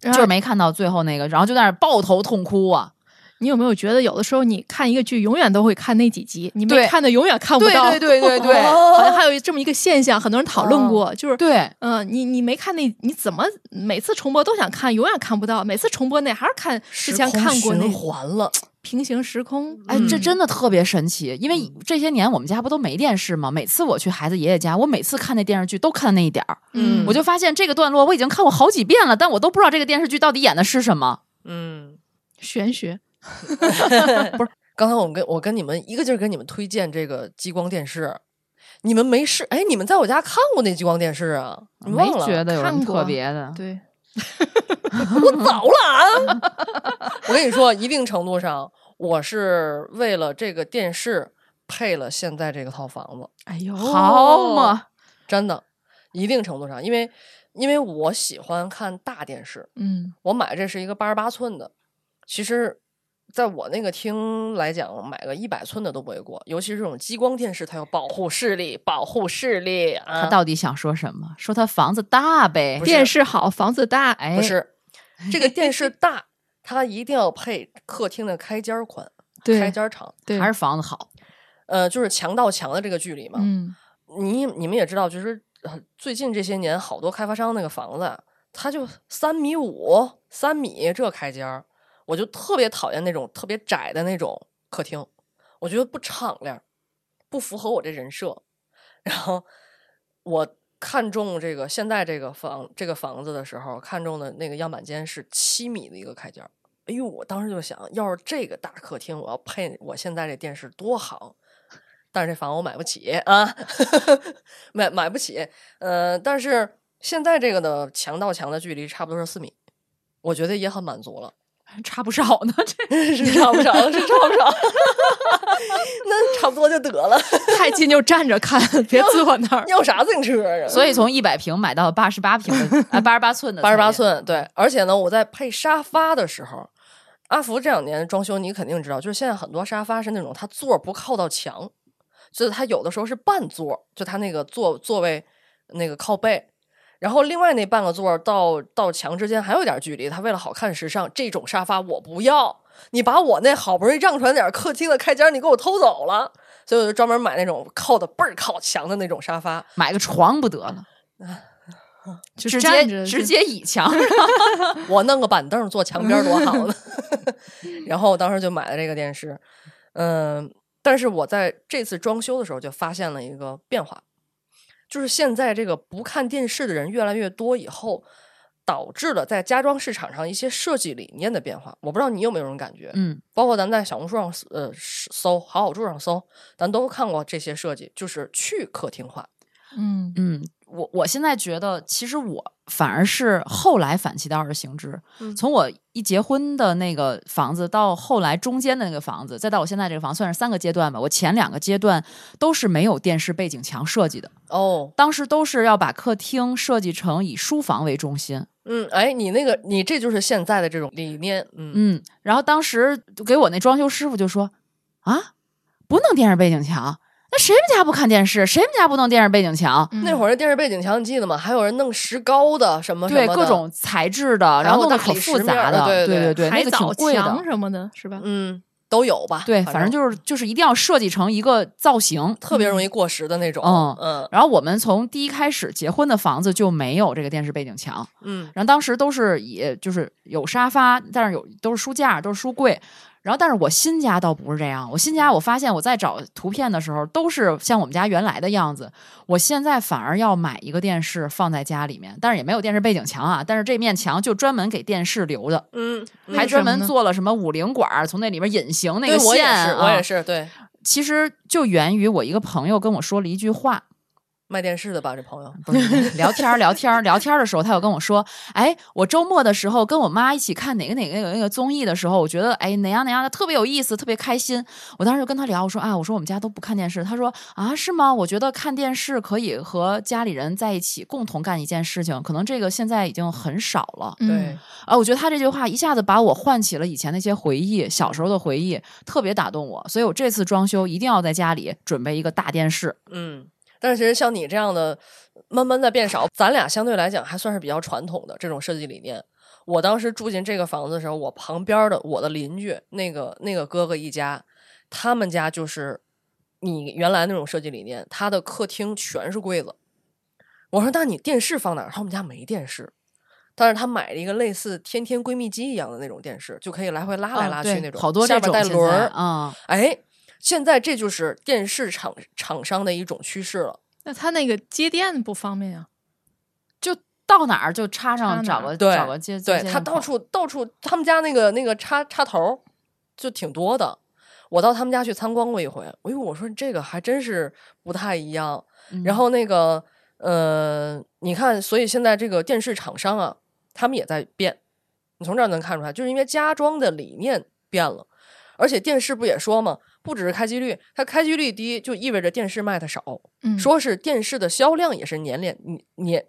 然就后是没看到最后那个，然后就在那儿抱头痛哭啊。你有没有觉得有的时候你看一个剧，永远都会看那几集，你没对看的永远看不对到。哦对对对哦对好像还有这么一个现象，很多人讨论过，就 是。对，嗯、你你没看那，你怎么每次重播都想看，永远看不到，每次重播那还是看之前时空看过那循环了，平行时空。哎，这嗯真的特别神奇，因为这些年我们家不都没电视吗？每次我去孩子爷爷家，我每次看那电视剧都看那一点儿，嗯我就发现这个段落我已经看过好几遍了，但我都不知道这个电视剧到底演的是什么。嗯，玄学，不是，刚才我们跟我跟你们一个劲儿跟你们推荐这个激光电视，你们没事哎，你们在我家看过那激光电视啊？你没忘了？觉得有什么看过特别的，对，我早了啊！我跟你说，一定程度上，我是为了这个电视配了现在这个套房子，哎呦，好嘛，真的，一定程度上，因为因为我喜欢看大电视，嗯，我买这是一个八十八寸的，其实。在我那个厅来讲，买个一百寸的都不为过，尤其是这种激光电视，它要保护视力，保护视力啊。他到底想说什么？说他房子大呗？不是电视好，房子大，哎，哎，不是， 这个电视大，它一定要配客厅的开间儿宽，对开间儿长，对，还是房子好。呃，就是墙到墙的这个距离嘛。嗯，你你们也知道，就是呃最近这些年，好多开发商那个房子啊，它就三米五、三米这开间儿，我就特别讨厌那种特别窄的那种客厅，我觉得不敞亮，不符合我这人设。然后我看中这个现在这个房这个房子的时候，看中的那个样板间是七米的一个开间儿。哎呦，我当时就想，要是这个大客厅，我要配我现在这电视多好。但是这房我买不起啊， 买买不起。呃，但是现在这个呢，墙到墙的距离差不多是四米，我觉得也很满足了。 哎差不少呢，这是差不少，是差不少， 那差不多就得了， 太近就站着 看，别坐那儿。要啥自行车啊？所以从一百平买到八十八平的，啊，八十八寸的，八十八，寸，对。而且呢，我在配沙发的时候，阿福这两年装修，你肯定知道，就是现在很多沙发是那种它座儿不靠到墙，就是它有的时候是半座儿，就它那个座座位那个靠背，然后另外那半个座儿到到墙之间还有一点距离，它为了好看时尚，这种沙发我不要。你把我那好不容易让出来点儿客厅的开间儿，你给我偷走了，所以我就专门买那种靠的倍儿靠墙的那种沙发。买个床不得了，就直站着接直接倚 墙上。 我弄个板凳坐墙边儿多好呢。 然后我当时就买了这个电视，嗯，但是我在这次装修的时候就发现了一个变化，就是现在这个不看电视的人越来越多，以后导致了在家装市场上一些设计理念的变化。我不知道你有没有这种感觉，嗯，包括咱在小红书上呃搜、好好住上搜，咱都看过这些设计，就是去客厅化。嗯嗯，我我现在觉得，其实我反而是后来反其道而行之。嗯从我一结婚的那个房子到后来中间的那个房子，再到我现在这个房，算是三个阶段吧。我前两个阶段都是没有电视背景墙设计的，哦，当时都是要把客厅设计成以书房为中心。嗯，哎，你那个你这就是现在的这种理念，嗯嗯，然后当时就给我那装修师傅就说：“啊，不弄电视背景墙。”那谁们家不看电视？谁们家不弄电视背景墙？嗯那会儿那电视背景墙你记得吗？还有人弄石膏的什么什对么的各种材质的，然还有后弄得大可理复石面杂儿的，对对对对，海那个挺藻贵的墙。什么的，是吧？嗯都有吧。对，反反正就是就是一定要设计成一个造型。特别容易过时的那种。嗯嗯然后我们从第一开始结婚的房子就没有这个电视背景墙，嗯然后当时都是以就是有沙发，但是有都是书架，都是书柜，然后，但是我新家倒不是这样，我新家我发现我在找图片的时候都是像我们家原来的样子，我现在反而要买一个电视放在家里面，但是也没有电视背景墙啊，但是这面墙就专门给电视留的，嗯，为还什专么门呢做了什么五菱管儿，从那里边隐形那对个我也线是，啊，我也是，对，其实就源于我一个朋友跟我说了一句话，卖电视的吧，这朋友，不是 聊天儿聊天儿聊天儿的时候，他有跟我说，哎，我周末的时候跟我妈一起看哪个哪个哪个哪个综艺的时候，我觉得哎哪样哪样的特别有意思，特别开心。我当时就跟他聊，我说啊，我说我们家都不看电视，他说啊是吗？我觉得看电视可以和家里人在一起共同干一件事情，可能这个现在已经很少了。嗯对，啊，我觉得他这句话一下子把我唤起了以前那些回忆，小时候的回忆，特别打动我。所以我这次装修一定要在家里准备一个大电视。嗯，但是其实像你这样的，慢慢在变少，咱俩相对来讲还算是比较传统的这种设计理念。我当时住进这个房子的时候，我旁边儿的我的邻居那个那个哥哥一家，他们家就是你原来那种设计理念，他的客厅全是柜子。我说那你电视放哪儿？他说我们家没电视，但是他买了一个类似天天闺蜜机一样的那种电视，就可以来回拉来啊拉对去那种，好多下这边种带现轮儿。在啊，哎，现在这就是电视厂厂商的一种趋势了。那它那个接电不方便啊？就到哪儿就插插哪上，儿找个对找个接，对接他线到口处到处，他们家那个那个插插头儿就挺多的。我到他们家去参观过一回，哎呦，我说这个还真是不太一样。嗯然后那个呃，你看，所以现在这个电视厂商啊，他们也在变。你从这儿能看出来，就是因为家装的理念变了，而且电视不也说嘛，不只是开机率，它开机率低就意味着电视卖的少。嗯，说是电视的销量也是年年年，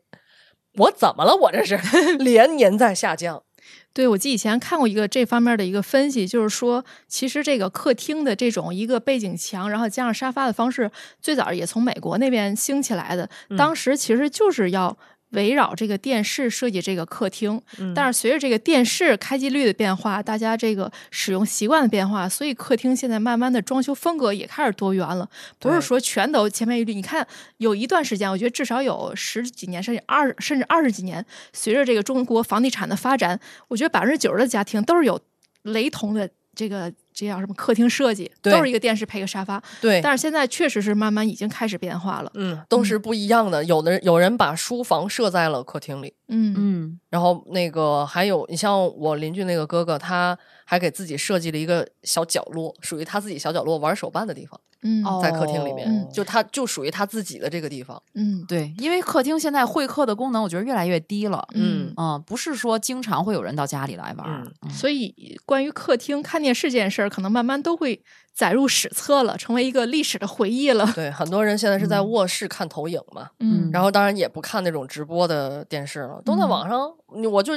我怎么了？我这是 连年在下降。对，我记得以前看过一个这方面的一个分析，就是说，其实这个客厅的这种一个背景墙，然后加上沙发的方式，最早也从美国那边兴起来的。当时其实就是要围绕这个电视设计这个客厅，嗯但是随着这个电视开机率的变化，大家这个使用习惯的变化，所以客厅现在慢慢的装修风格也开始多元了，不对是说全都千篇一律。你看，有一段时间，我觉得至少有十几年，甚至二甚至二十几年，随着这个中国房地产的发展，我觉得百分之九十的家庭都是有雷同的这个这叫什么客厅设计，对都是一个电视配个沙发。对，但是现在确实是慢慢已经开始变化了。嗯，都是不一样的。有的人有人把书房设在了客厅里，嗯嗯，然后那个还有，你像我邻居那个哥哥，他还给自己设计了一个小角落，属于他自己小角落玩手办的地方，嗯哦在客厅里面，嗯就他就属于他自己的这个地方。嗯对，因为客厅现在会客的功能我觉得越来越低了。嗯嗯，不是说经常会有人到家里来玩儿嗯，嗯所以关于客厅看电视这件事儿，可能慢慢都会载入史册了，成为一个历史的回忆了。对，很多人现在是在嗯卧室看投影嘛，嗯然后当然也不看那种直播的电视了，都在嗯网上。你我就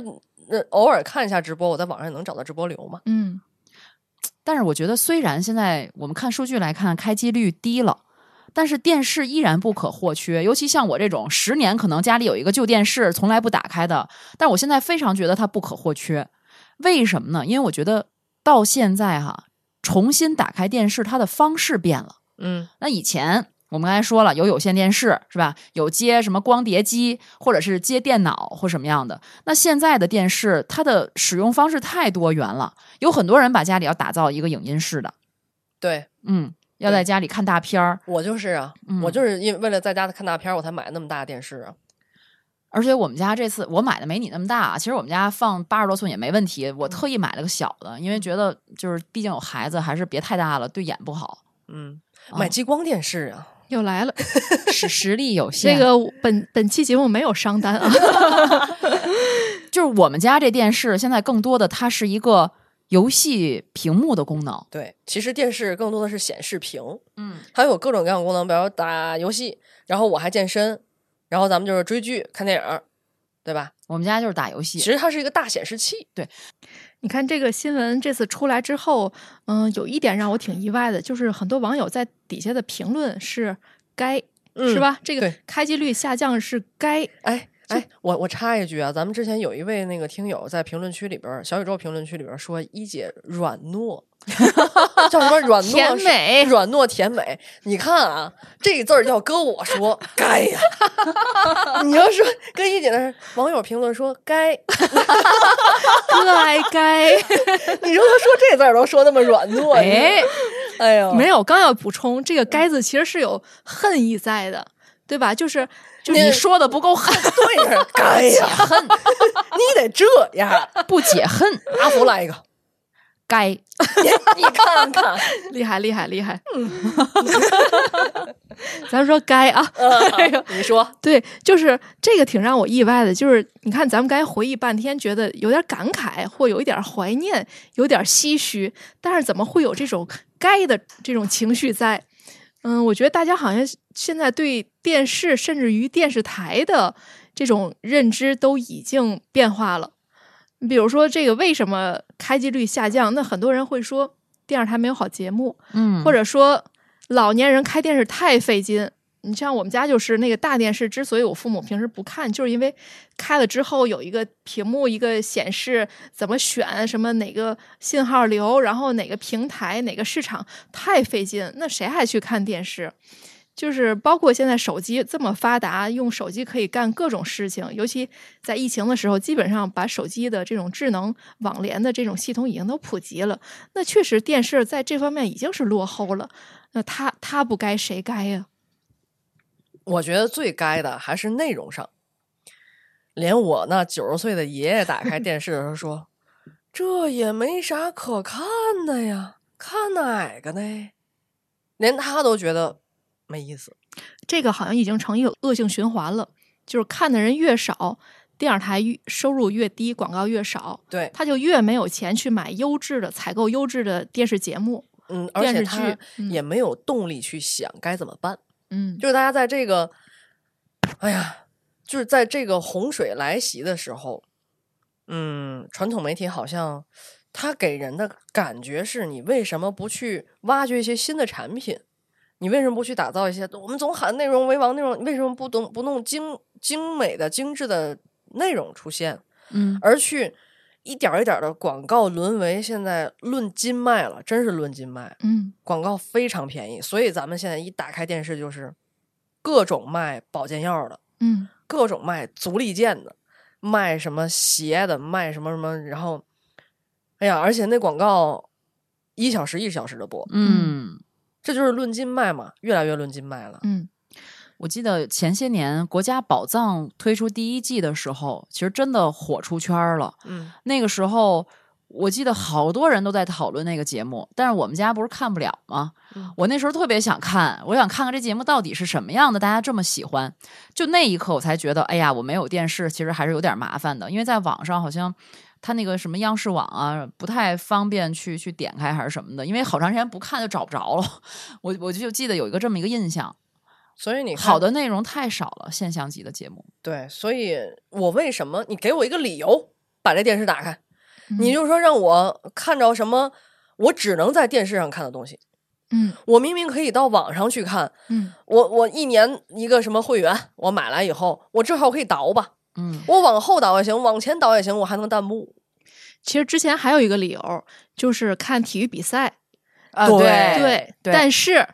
呃偶尔看一下直播，我在网上也能找到直播流嘛。嗯但是我觉得，虽然现在我们看数据来看开机率低了，但是电视依然不可或缺。尤其像我这种十年可能家里有一个旧电视从来不打开的，但我现在非常觉得它不可或缺。为什么呢？因为我觉得到现在哈、重新打开电视它的方式变了。嗯，那以前我们刚才说了，有有线电视是吧？有接什么光碟机，或者是接电脑或什么样的。那现在的电视，它的使用方式太多元了，有很多人把家里要打造一个影音室的，对嗯，要在家里看大片儿，我就是啊，嗯我就是因为为了在家看大片儿，我才买那么大的电视啊。而且我们家这次我买的没你那么大啊，其实我们家放八十多寸也没问题，嗯我特意买了个小的，因为觉得就是毕竟有孩子，还是别太大了，对眼不 好。嗯，啊买激光电视啊。又 来了，实实力有限，这个本本期节目没有商单啊。就是我们家这电视现在更多的它是一个游戏屏幕的功能，对，其实电视更多的是显示屏，嗯，它有各种各样的功能，比如打游戏，然后我还健身，然后咱们就是追剧、看电影儿，对吧？我们家就是打游其戏，实它是一个大显示器。你看这个新闻这次出来之后，嗯、有一点让我挺意外的，就是很多网友在底下的评论是“该”，嗯是吧？这个对开机率下降是“ 该哎哎，我我插一句啊，咱们之前有一位那个听友在评论区里边儿，小宇宙评论区里边儿说一姐软糯， 叫什么软甜糯是美软糯甜美。你看啊，这字儿要搁我说，该呀、 你要说跟一姐那儿网友评论说该， 热爱该你说他说这字儿都说那么软糯，哎，你哎呦，没有，刚要补充，嗯这个“该”字其实是有恨意在的，对吧？就是就你说的不够狠，对呀，该呀、恨 你得这样。不解恨，阿福来一个， 该你看看，厉害，厉害，厉害。 咱说“该”啊，哎呦你说 对，就是这个挺让我意外的，就是你看咱们刚才回忆半天，觉得有点感慨，或有一点怀念，有点唏嘘，但是怎么会有这种该的这种情绪在？嗯，我觉得大家好像现在对电视，甚至于电视台的这种认知都已经变化了。你比如说，这个为什么开机率下降？那很多人会说电视台没有好节目，嗯或者说老年人开电视太费劲。你像我们家就是那个大电视，之所以我父母平时不看，就是因为开了之后有一个屏幕，一个显示怎么选什么哪个信号流，然后哪个平台哪个市场，太费劲。那谁还去看电视？就是包括现在手机这么发达，用手机可以干各种事情，尤其在疫情的时候，基本上把手机的这种智能网联的这种系统已经都普及了。那确实电视在这方面已经是落后了。那他他不该谁该呀、我觉得最该的还是内容上。连我那九十岁的爷爷打开电视的时候说：“这也没啥可看的呀，看哪个呢？”连他都觉得没意思。这个好像已经成一个恶性循环了，就是看的人越少，电视台越收入越低，广告越少，对，他就越没有钱去买优质的、采购优质的电视节目。嗯，而电且视他剧嗯也没有动力去想该怎么办。嗯，就是大家在这个，哎呀，就是在这个洪水来袭的时候，嗯，传统媒体好像它给人的感觉是你为什么不去挖掘一些新的产品？你为什么不去打造一些？我们总喊内容为王，内容你为什么不懂不弄精精美的、精致的内容出现？嗯而去一点儿一点的广告沦为现在论斤卖了，真是论斤卖。嗯，广告非常便宜，所以咱们现在一打开电视就是各种卖保健药的，嗯各种卖足力健的，卖什么鞋的，卖什么什么，然后，哎呀，而且那广告一小时一小时的播，嗯。这就是论斤卖嘛，越来越论斤卖了。嗯我记得前些年国家宝藏推出第一季的时候，其实真的火出圈儿了。嗯，那个时候，我记得好多人都在讨论那个节目，但是我们家不是看不了吗？嗯我那时候特别想看，我想看看这节目到底是什么样的，大家这么喜欢。就那一刻，我才觉得，哎呀，我没有电视，其实还是有点麻烦的，因为在网上好像。它那个什么央视网啊，不太方便去去点开还是什么的，因为好长时间不看就找不着了。 我我就记得有一个这么一个印象，所以你看好的内容太少了，现象级的节目。对，所以我为什么你给我一个理由把这电视打开？你嗯就说让我看着什么，我只能在电视上看的东西，嗯我明明可以到网上去看，嗯我我一年一个什么会员，我买来以后，我至少可以倒吧，嗯我往后倒也行，往前倒也行，我还能弹幕。其实之前还有一个理由，就是看体育比赛，啊对对，对但是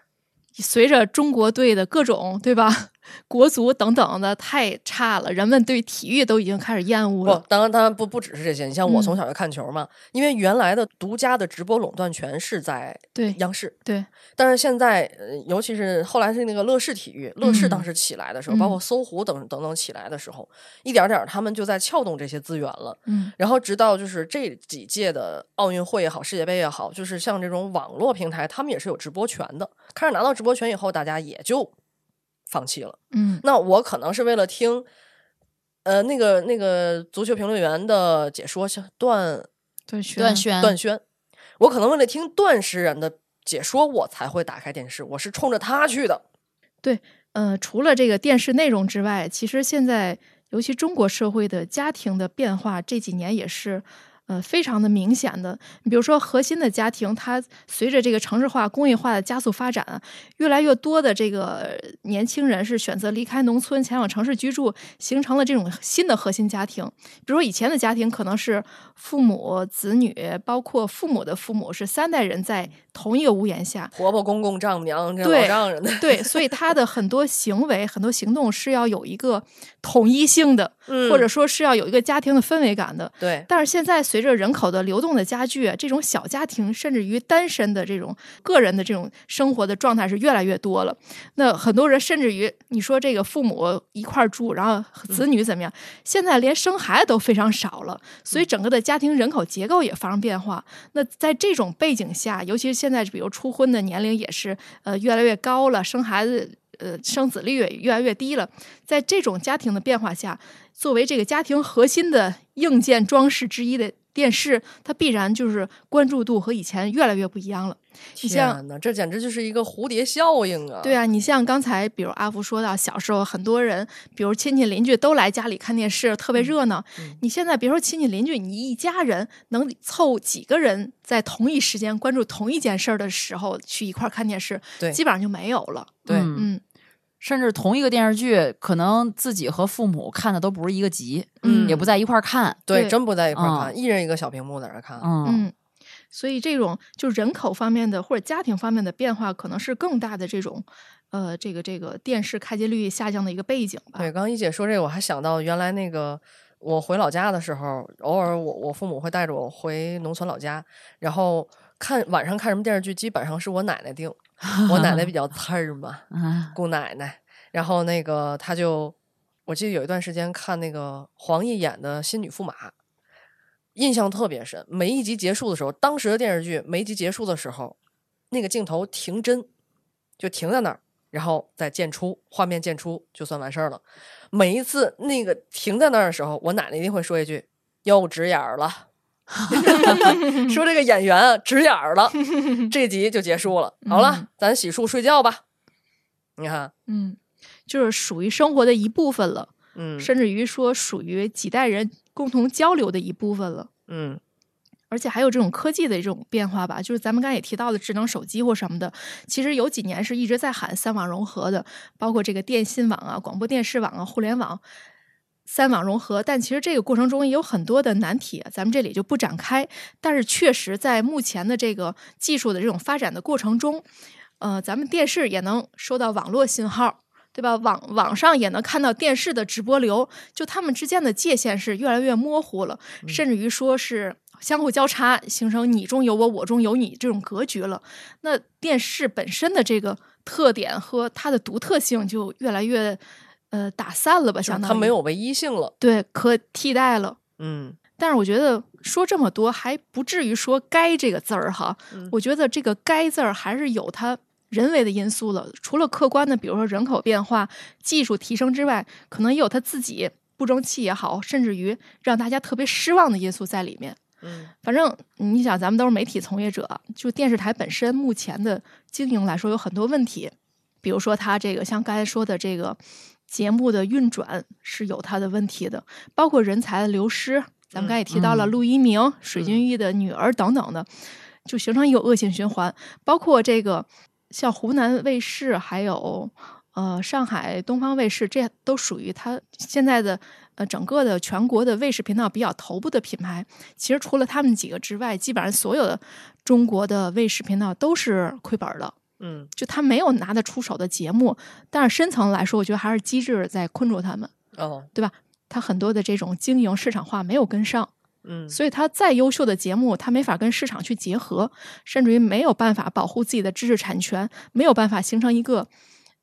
随着中国队的各种对吧， 国足等等的太差了，人们对体育都已经开始厌恶不了。，当然，当然不不只是这些。你像我嗯从小就看球嘛，因为原来的独家的直播垄断权是在对央视，对，但是现在，呃尤其是后来是那个乐视体育，乐视当嗯时起来的时候，包括嗯搜狐等等等起来的时候，一点儿点儿他们就在撬动这些资源了。嗯然后直到就是这几届的奥运会也好，世界杯也好，就是像这种网络平台，他们也是有直播权的。开始拿到直播权以后，大家也就放弃了。嗯那我可能是为了听，呃，那个那个足球评论员的解说，像段对，学段轩，段轩，我可能为了听段诗人的解说，我才会打开电视，我是冲着他去的。呃，除了这个电视内容之外，其实现在尤其中国社会的家庭的变化，这几年也是，呃，非常的明显的。你比如说，核心的家庭，它随着这个城市化、工业化的加速发展啊，越来越多的这个年轻人是选择离开农村，前往城市居住，形成了这种新的核心家庭。比如说，以前的家庭可能是父母、子女，包括父母的父母，是三代人在同一个屋檐下。婆婆、公公、丈母娘这对老丈人的，对，所以他的很多行为、很多行动是要有一个统一性的，嗯或者说是要有一个家庭的氛围感的。对，但是现在随着人口的流动的加剧，这种小家庭甚至于单身的这种个人的这种生活的状态是越来越多了。那很多人甚至于你说这个父母一块儿住，然后嗯子女怎么样？现在连生孩子都非常少了，所以嗯整个的家庭人口结构也发生变化。那在这种背景下，尤其是现在比如初婚的年龄也是呃越来越高了，生孩子。呃，生子率也越来越低了。在这种家庭的变化下，作为这个家庭核心的硬件装饰之一的电视，它必然就是关注度和以前越来越不一样了。你像天呐，这简直就是一个蝴蝶效应啊！对啊，你像刚才比如阿福说到，小时候很多人，比如亲戚邻居都来家里看电视，特别热闹。嗯你现在别说亲戚邻居，你一家人能凑几个人在同一时间关注同一件事儿的时候去一块儿看电视，对基本上就没有了。对嗯嗯甚至同一个电视剧，可能自己和父母看的都不是一个集，嗯也不在一块儿看。对，对真不在一块儿啊看，一人一个小屏幕在那儿看。嗯，嗯，所以这种就人口方面的或者家庭方面的变化，可能是更大的这种，呃，这个这个电视开机率下降的一个背景吧。对，刚刚一姐说这个，我还想到原来那个我回老家的时候，偶尔我我父母会带着我回农村老家，然后看晚上看什么电视剧，基本上是我奶奶 定，我奶奶比较刺儿嘛，啊姑奶奶，然后那个她就，我记得有一段时间看那个黄奕演的《新女驸马》，印象特别深。每一集结束的时候，当时的电视剧每一集结束的时候，那个镜头停帧，就停在那儿，然后再渐出，画面渐出就算完事儿了。每一次那个停在那儿的时候，我奶奶一定会说一句：“又直眼儿了。”说这个演员啊直眼儿了，这集就结束了。好了嗯，咱洗漱睡觉吧。你看，嗯，就是属于生活的一部分了，嗯，甚至于说属于几代人共同交流的一部分了。嗯，而且还有这种科技的这种变化吧，就是咱们刚才也提到的智能手机或什么的，其实有几年是一直在喊三网融合的，包括这个电信网啊、广播电视网啊、互联网三网融合。但其实这个过程中也有很多的难题，啊咱们这里就不展开。但是确实在目前的这个技术的这种发展的过程中，呃，咱们电视也能收到网络信号。对吧？网网上也能看到电视的直播流，就他们之间的界限是越来越模糊了。嗯甚至于说是相互交叉，形成你中有我，我中有你这种格局了。那电视本身的这个特点和它的独特性就越来越呃打散了吧，就是啊相当于它没有唯一性了。对可替代了。嗯，但是我觉得说这么多还不至于说“该”这个字儿哈，嗯我觉得这个“该”字儿还是有它人为的因素了。除了客观的，比如说人口变化、技术提升之外，可能也有他自己不争气也好，甚至于让大家特别失望的因素在里面。嗯反正你想，咱们都是媒体从业者，就电视台本身目前的经营来说有很多问题，比如说它这个像刚才说的这个节目的运转是有它的问题的，包括人才的流失，咱们刚才也提到了嗯陆一鸣、水均益的女儿等等的，就形成一个恶性循环。包括这个像湖南卫视，还有呃上海东方卫视，这都属于它现在的呃整个的全国的卫视频道比较头部的品牌。其实除了他们几个之外，基本上所有的中国的卫视频道都是亏本儿的。嗯就他没有拿得出手的节目，但是深层来说，我觉得还是机制在困住他们，哦对吧？他很多的这种经营市场化没有跟上，嗯所以他再优秀的节目，他没法跟市场去结合，甚至于没有办法保护自己的知识产权，没有办法形成一个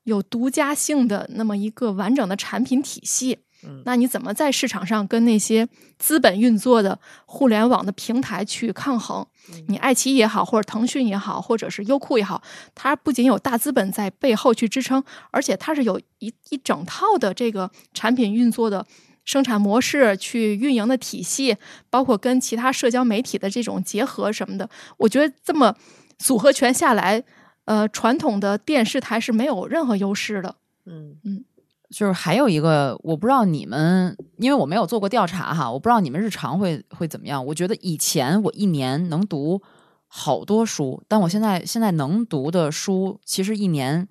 有独家性的那么一个完整的产品体系。嗯那你怎么在市场上跟那些资本运作的互联网的平台去抗衡？嗯你爱奇艺也好，或者腾讯也好，或者是优酷也好，它不仅有大资本在背后去支撑，而且它是有一一整套的这个产品运作的生产模式、去运营的体系，包括跟其他社交媒体的这种结合什么的。我觉得这么组合拳下来，呃，传统的电视台是没有任何优势的。嗯就是还有一个，我不知道你们，因为我没有做过调查哈，我不知道你们日常会会怎么样。我觉得以前我一年能读好多书，但我现在现在能读的书其实一年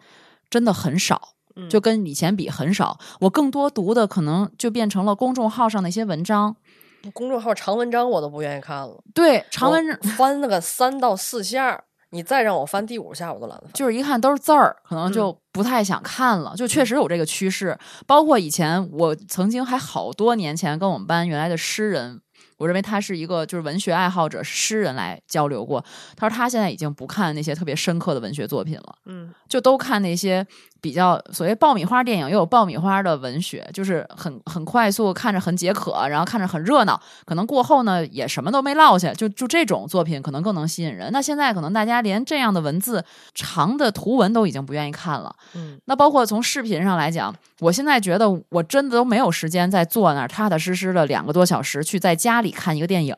真的很少。嗯就跟以前比很少，我更多读的可能就变成了公众号上的一些文章，公众号长文章我都不愿意看了，对长我文章翻那个三到四下儿，你再让我翻第五下儿我都懒得翻。就是一看都是字儿，可能嗯就不太想看了。就确实有这个趋势，包括以前我曾经还好多年前跟我们班原来的诗人，我认为他是一个就是文学爱好者，诗人来交流过。他说他现在已经不看那些特别深刻的文学作品了，嗯，就都看那些比较所谓爆米花电影，又有爆米花的文学，就是很很快速，看着很解渴，然后看着很热闹。可能过后呢，也什么都没落下，就就这种作品可能更能吸引人。那现在可能大家连这样的文字长的图文都已经不愿意看了。嗯，那包括从视频上来讲，我现在觉得我真的都没有时间再坐那儿踏踏实实的两个多小时去在家里看一个电影。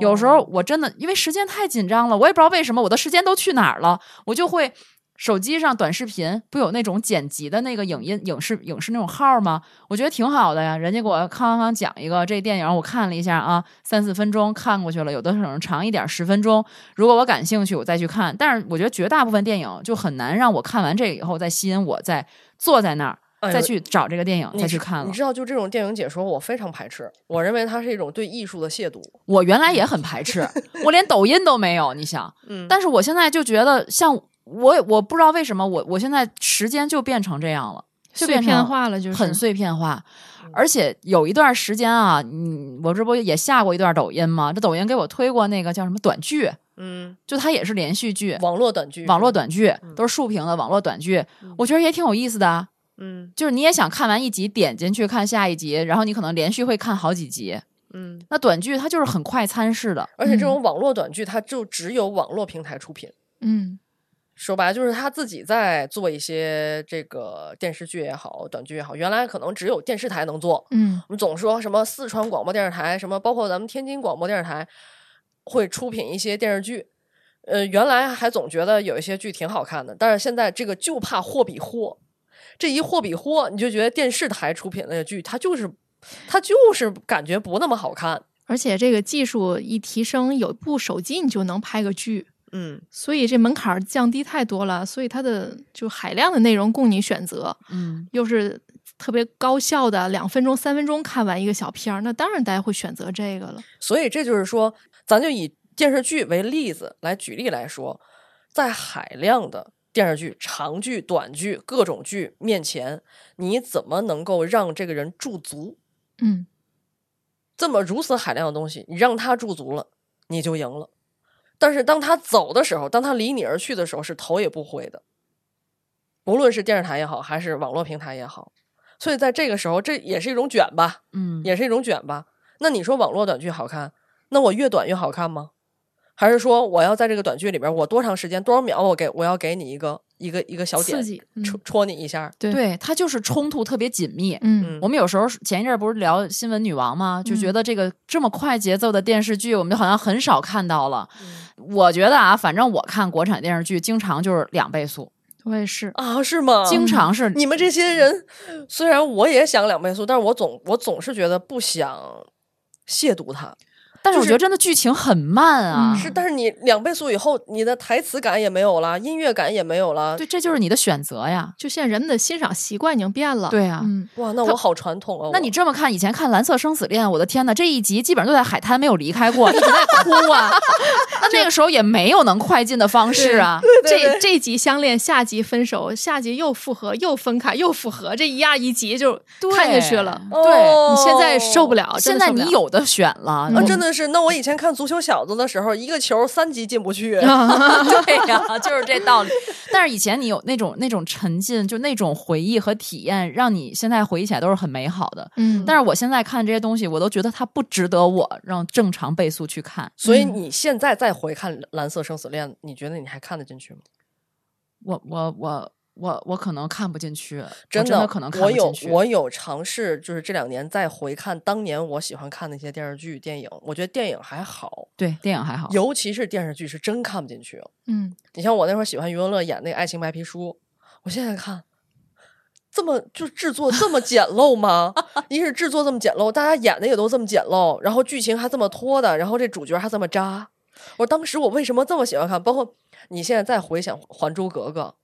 有时哦候我真的因为时间太紧张了，我也不知道为什么我的时间都去哪儿了，我就会手机上短视频不有那种剪辑的那个影音影视影视那种号吗？我觉得挺好的呀，人家给我康康讲一个这电影，我看了一下啊，三四分钟看过去了，有的可能长一点，十分钟。如果我感兴趣，我再去看。但是我觉得绝大部分电影就很难让我看完这个以后再吸引我，再坐在那儿哎呦再去找这个电影你再知去看了你。知道，就这种电影解说，我非常排斥。我认为它是一种对艺术的亵渎。我原来也很 排斥，我连抖音都没有，你想。嗯但是我现在就觉得，像我也，我不知道为什么我我现在时间就变成这样了，就碎变成片化了，就是很碎片化。嗯而且有一段时间啊，嗯，我这不也下过一段抖音吗？这抖音给我推过那个叫什么短剧，嗯，就它也是连续剧，网嗯络短剧，网络，短剧都是竖屏的网络短剧，我觉得也挺有意思的啊。嗯就是你也想看完一集，点进去看下一集，然后你可能连续会看好几集。嗯。那短剧它就是很快餐式的，而且这种网络短剧，它就只有网络平台出品。嗯，说白了就是他自己在做一些这个电视剧也好，短剧也好，原来可能只有电视台能做。嗯我们总说什么四川广播电视台，什么包括咱们天津广播电视台会出品一些电视剧。呃，原来还总觉得有一些剧挺好看的，但是现在这个就怕货比货，这一货比货，你就觉得电视台出品的剧，它就是它就是感觉不那么好看。而且这个技术一提升，有部手机你就能拍个剧，嗯，所以这门槛儿降低太多了，所以它的就海量的内容供你选择，嗯，又是特别高效的，两分钟、三分钟看完一个小片儿，那当然大家会选择这个了。所以这就是说，咱就以电视剧为例子来举例来说，在海量的电视剧、长剧、短剧、各种剧面前，你怎么能够让这个人驻足？嗯，这么如此海量的东西，你让他驻足了，你就赢了。但是当他走的时候，当他离你而去的时候，是头也不回的。无论是电视台也好，还是网络平台也好，所以在这个时候，这也是一种卷吧。嗯，也是一种卷吧。那你说网络短剧好看，那我越短越好看吗？还是说我要在这个短剧里边，我多长时间多少秒，我给我要给你一个一个一个小点刺激，嗯戳戳你一下？对对，它就是冲突特别紧密。嗯我们有时候前一阵儿不是聊新闻女王吗？就觉嗯得这个这么快节奏的电视剧，我们就好像很少看到了。我觉得啊，反正我看国产电视剧，经常就是两倍速，我也是，啊，是吗？经常是你们这些人，虽然我也想两倍速，但是我总我总是觉得不想亵渎它。但是就我是觉得真的剧情很慢啊。嗯是，但是你两倍速以后，你的台词感也没有了，音乐感也没有了。对，这就是你的选择呀。就现在人们的欣赏习惯已经变了。对啊嗯，哇，那我好传统哦。那我你这么看，以前看《蓝色生死恋》，我的天呐，这一集基本上都在海滩没有离开过，一直在哭啊。 那那个时候也没有能快进的方式啊。这这集相恋，下集分手，下集又复合，又分开，又复合，这一样一集就看进去了。哦对对你现在受不了。了，现啊真的在受不你了有的选了，啊，嗯真的是。那我以前看足球小子的时候，一个球三级进不去。啊对 呀、就是这道理。但是以前你有那种那种沉浸，就那种回忆和体验，让你现在回忆起来都是很美好的。嗯，但是我现在看这些东西，我都觉得它不值得我让正常倍速去看。所以嗯你现在再回看《蓝色生死恋》，你觉得你还看得进去吗？我我我我我可能看不进去，我真真的，可能看我不有进去。我有尝试，就是这两年再回看当年我喜欢看的一些电视剧、电影。我觉得电影还好，对电影还好，尤其是电视剧是真看不进去。哦嗯，你像我那会儿喜欢余文乐演那个《爱情白皮书》，我现在看这么就制作这么简陋吗？ 一是制作这么简陋，大家演的也都这么简陋，然后剧情还这么拖的，然后这主角还这么渣。我当时我为什么这么喜欢看？包括你现在再回想《还珠格格》，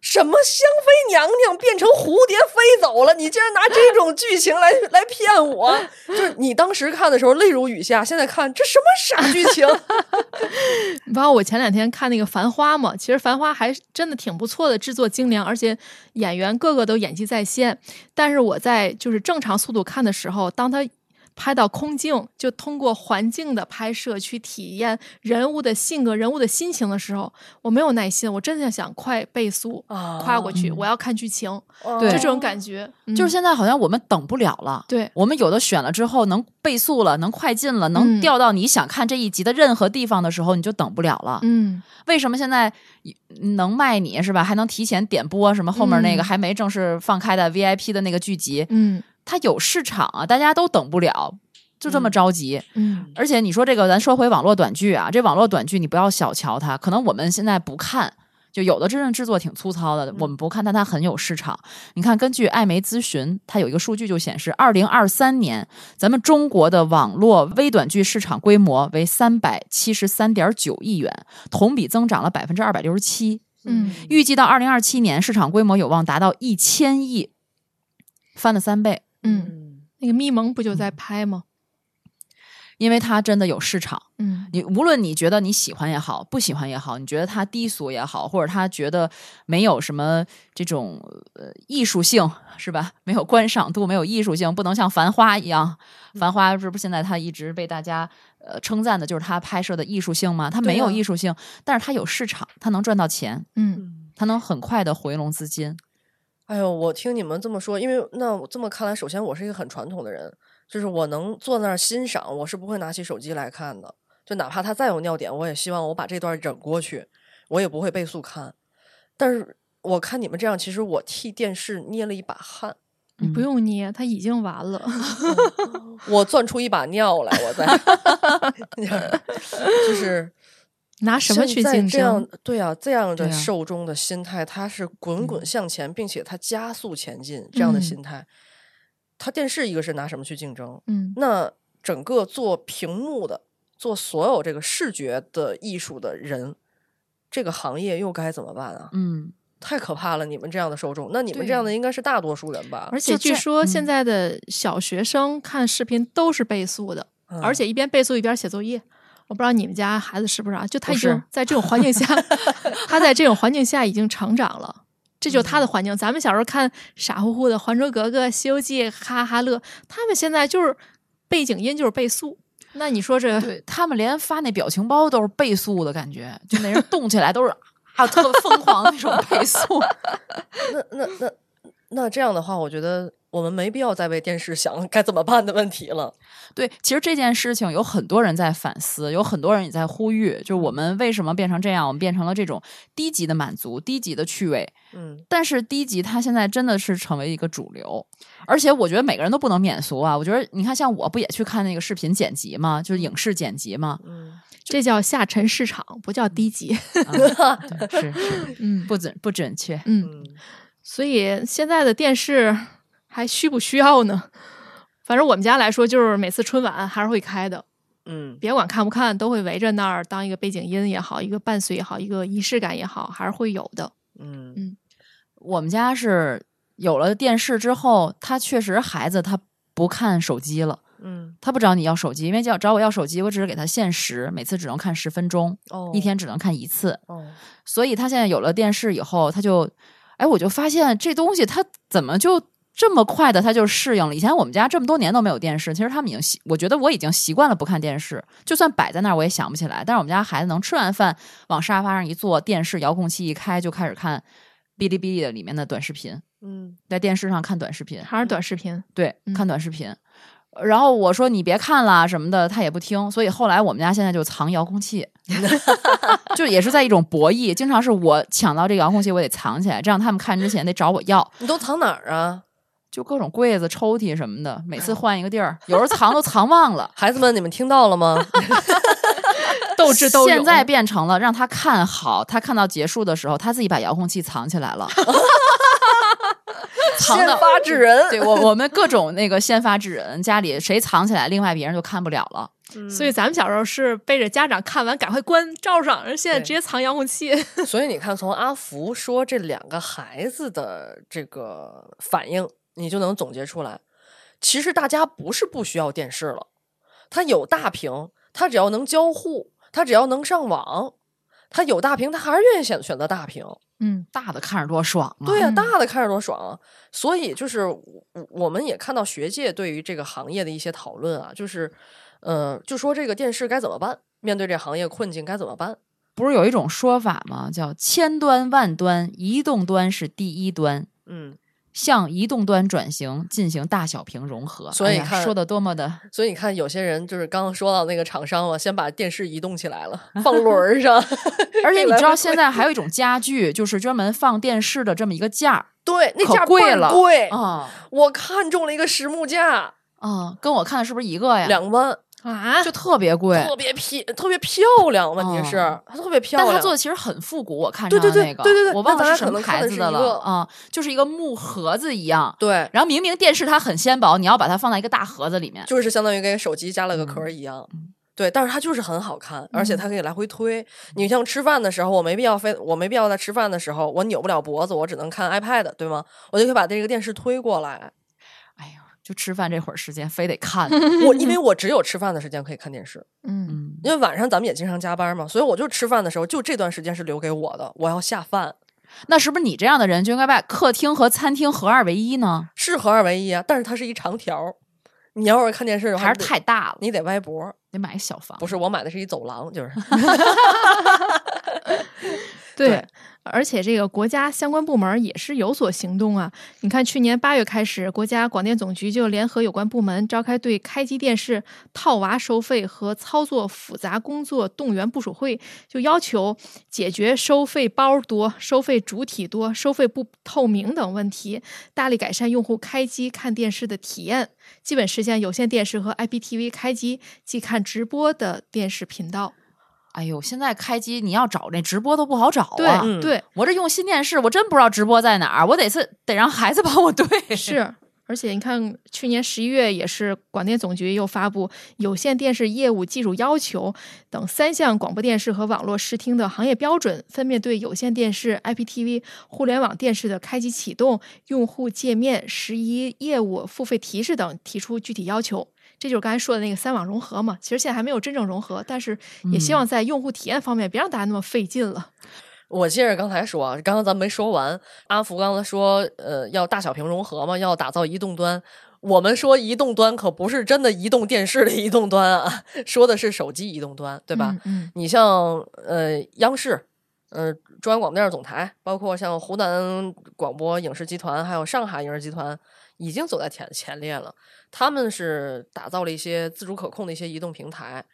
什么香妃娘娘变成蝴蝶飞走了，你竟然拿这种剧情来来骗我！就是你当时看的时候泪如雨下，现在看这什么傻剧 情？包括我前两天看那个《繁花》嘛，其实《繁花》还真的挺不错的，制作精良，而且演员个个都演技在线。但是我在就是正常速度看的时候，当他拍到空镜，就通过环境的拍摄去体验人物的性格、人物的心情的时候，我没有耐心，我真的想快倍速啊哦跨过去，我要看剧情，哦嗯对就这种感觉，嗯就是现在好像我们等不了了。对。我们有的选了之后能倍速了，能快进了，能嗯调到你想看这一集的任何地方的时候，你就等不了了。嗯，为什么现在能卖你是吧？还能提前点播什么后面那个嗯还没正式放开的 VIP 的那个剧集，嗯它有市场啊，大家都等不了，就这么着急。嗯而且你说这个，咱说回网络短剧啊，这网络短剧你不要小瞧它，可能我们现在不看。就有的真正制作挺粗糙的，我们不看，但它很有市场。你看，根据艾媒咨询，它有一个数据就显示，二零二三年咱们中国的网络微短剧市场规模为三百七十三点九亿元，同比增长了百分之二百六十七。嗯预计到二零二七年，市场规模有望达到一千亿，翻了三倍。嗯，那个咪蒙不就嗯在拍吗？因为它真的有市场。嗯你无论你觉得你喜欢也好，不喜欢也好，你觉得它低俗也好，或者他觉得没有什么这种呃艺术性是吧？没有观赏度，没有艺术性，不能像《繁花》一样，嗯《繁花》是不是现在它一直被大家呃称赞的就是它拍摄的艺术性吗？它没有对啊艺术性，但是它有市场，它能赚到钱，嗯它能很快的回笼资金。哎呦，我听你们这么说，因为那我这么看来，首先我是一个很传统的人，就是我能坐那儿欣赏，我是不会拿起手机来看的。就哪怕他再有尿点，我也希望我把这段忍过去，我也不会倍速看。但是我看你们这样，其实我替电视捏了一把汗，你嗯不用捏，它已经完了。 我攥出一把尿来，我在， 就是拿什么现去在竞这样争？？对啊，这样对的啊受众的心态，它是滚滚向前，并且它加速前进，这样的嗯心态，它电视一个是拿什么去竞争？嗯那整个做屏幕的、做所有这个视觉的艺术的人，这个行业又该怎么办啊？嗯，太可怕了！你们这样的受众，那你们对这样的应该是大多数人吧？而且据这说现嗯在的小学生看视频都是倍速的，嗯而且一边倍速一边写作业。我不知道你们家孩子是不是啊？就他不已经是在这种环境下，他在这种环境下已经成长了。这就是他的环境。咱们小时候看傻乎乎的《还珠格格》《西游记》，哈哈乐。他们现在就是背景音就是倍速。那你说这对他们连发那表情包都是倍速的感觉，就 那人动起来都是啊特疯狂的那种倍速。那那那那这样的话，我觉得我们没必要再为电视想该怎么办的问题了。对，其实这件事情有很多人在反思，有很多人也在呼吁，就是我们为什么变成这样？我们变成了这种低级的满足、低级的趣味。嗯，但是低级它现在真的是成为一个主流，而且我觉得每个人都不能免俗啊。我觉得你看，像我不也去看那个视频剪辑嘛，就是影视剪辑嘛，嗯， 这叫下沉市场，不叫低级。啊对是是嗯不准不准确。嗯，嗯所以现在的电视还需不需要呢？反正我们家来说，就是每次春晚还是会开的，嗯，别管看不看，都会围着那儿当一个背景音也好，一个伴随也好，一个仪式感也好，还是会有的。嗯我们家是有了电视之后，他确实孩子他不看手机了。嗯，他不找你要手机，因为叫找我要手机，我只是给他限时，每次只能看十分钟，哦，一天只能看一次。哦，所以他现在有了电视以后，他就，哎，我就发现这东西他怎么就这么快的他就适应了？以前我们家这么多年都没有电视，其实他们已经习，我觉得我已经习惯了不看电视，就算摆在那儿我也想不起来。但是我们家孩子能吃完饭往沙发上一坐，电视遥控器一开就开始看哔哩哔哩的里面的短视频，嗯在电视上看短视频。还是短视频，对，嗯看短视频。呃然后我说你别看啦什么的，他也不听，所以后来我们家现在就藏遥控器， 就也是在一种博弈，经常是我抢到这个遥控器，我得藏起来，这样他们看之前得找我要，你都藏哪儿啊？。就各种柜子、抽屉什么的，每次换一个地儿，有时候藏都藏忘了 孩子们，你们听到了 吗？斗智斗勇。嗯现在嗯变成了让他看好，他看到结束的时候，他自己把遥控器藏起来了。 藏先到。发制人，对我，我们各种那个先发制人，家里谁藏起来，另外别人就看不了了。嗯所以咱们小时候是背着家长看完赶快关罩上，人现在对直接藏遥控器。 所以你看，从阿福说这两个孩子的这个反应，你就能总结出来，其实大家不是不需要电视了，他有大屏，他只要能交互，他只要能上网，他有大屏，他还是愿意选选择大屏。嗯，大的看着多爽啊！对呀、嗯大的看着多爽啊！所以就是我我们也看到学界对于这个行业的一些讨论啊，就是，呃，就说这个电视该怎么办，面对这行业困境该怎么办？不是有一种说法吗？叫千端万端，移动端是第一端，嗯，向移动端转型，进行大小屏融合。所以哎呀看说的多么 的，所以你看，有些人就是刚刚说到那个厂商嘛，先把电视移动起来了，放轮儿上 而且你知道，现在在还有一种家具，就是专门放电视的这么一个架儿对那可价贵倍儿了贵，啊我看中了一个实木架，啊，跟我看的是不是一个呀？两万，啊，就特别贵，特别漂，特别漂亮，问题是哦它特别漂但亮，它做的其实很复古。我看对上对的对那个，对对对我忘那了咱俩是什可么能看牌的子是的一了个啊，就是一个木盒子一样。对，然后明明电视它很纤薄，你要把它放在一个大盒子里面，就是相当于给手机加了个嗯壳儿一样。对，但是它就是很好看，而且它可以来回推。你像吃饭的时候，我没必要非我没必要在吃饭的时候，我扭不了脖子，我只能看 iPad，对吗？我就可以把这个电视推过来。哎呦，就吃饭这会儿时间非得看，我 因为我只有吃饭的时间可以看电视，嗯，嗯，因为晚上咱们也经常加班嘛，所以我就吃饭的时候就这段时间是留给我的，我要下饭。那是不是你这样的人就应该把客厅和餐厅合二为一呢？是合二为一啊，但是它是一长条儿。你要是看电视的话，还你是得太大了，你得歪脖儿。得买个小房不？是，我买的是一走廊， 就是对对。而且这个国家相关部门也是有所行动啊！你看，去年八月开始，国家广电总局就联合有关部门召开对开机电视套娃收费和操作复杂工作动员部署会，就要求解决收费包多、收费主体多、收费不透明等问题，大力改善用户开机看电视的体验，基本实现有线电视和 IPTV 开机即看直播的电视频道。哎呦，现在开机你要找那直播都不好找啊！对、嗯对，我这用新电视，我真不知道直播在哪儿，我得是得让孩子帮我对。是，而且你看，去年十一月也是广电总局又发布《有线电视业务技术要求》等三项广播电视和网络视听的行业标准，分别对有线电视、IPTV、互联网电视的开机启动、用户界面、十一业务付费提示等提出具体要求。这就是刚才说的那个三网融合嘛，其实现在还没有真正融合，但是也希望在用户体验方面别让大家那么费劲了。我接着刚才说，啊，刚刚咱没说完，阿福刚才说，呃，要大小屏融合嘛，要打造移动端。我们说移动端可不是真的移动电视的移动端啊，说的是手机移动端，对吧？嗯？你像呃央视，呃中央广播电视总台，包括像湖南广播影视集团，还有上海影视集团，已经走在前前列了。他们是打造了一些自主可控的一些移动平台，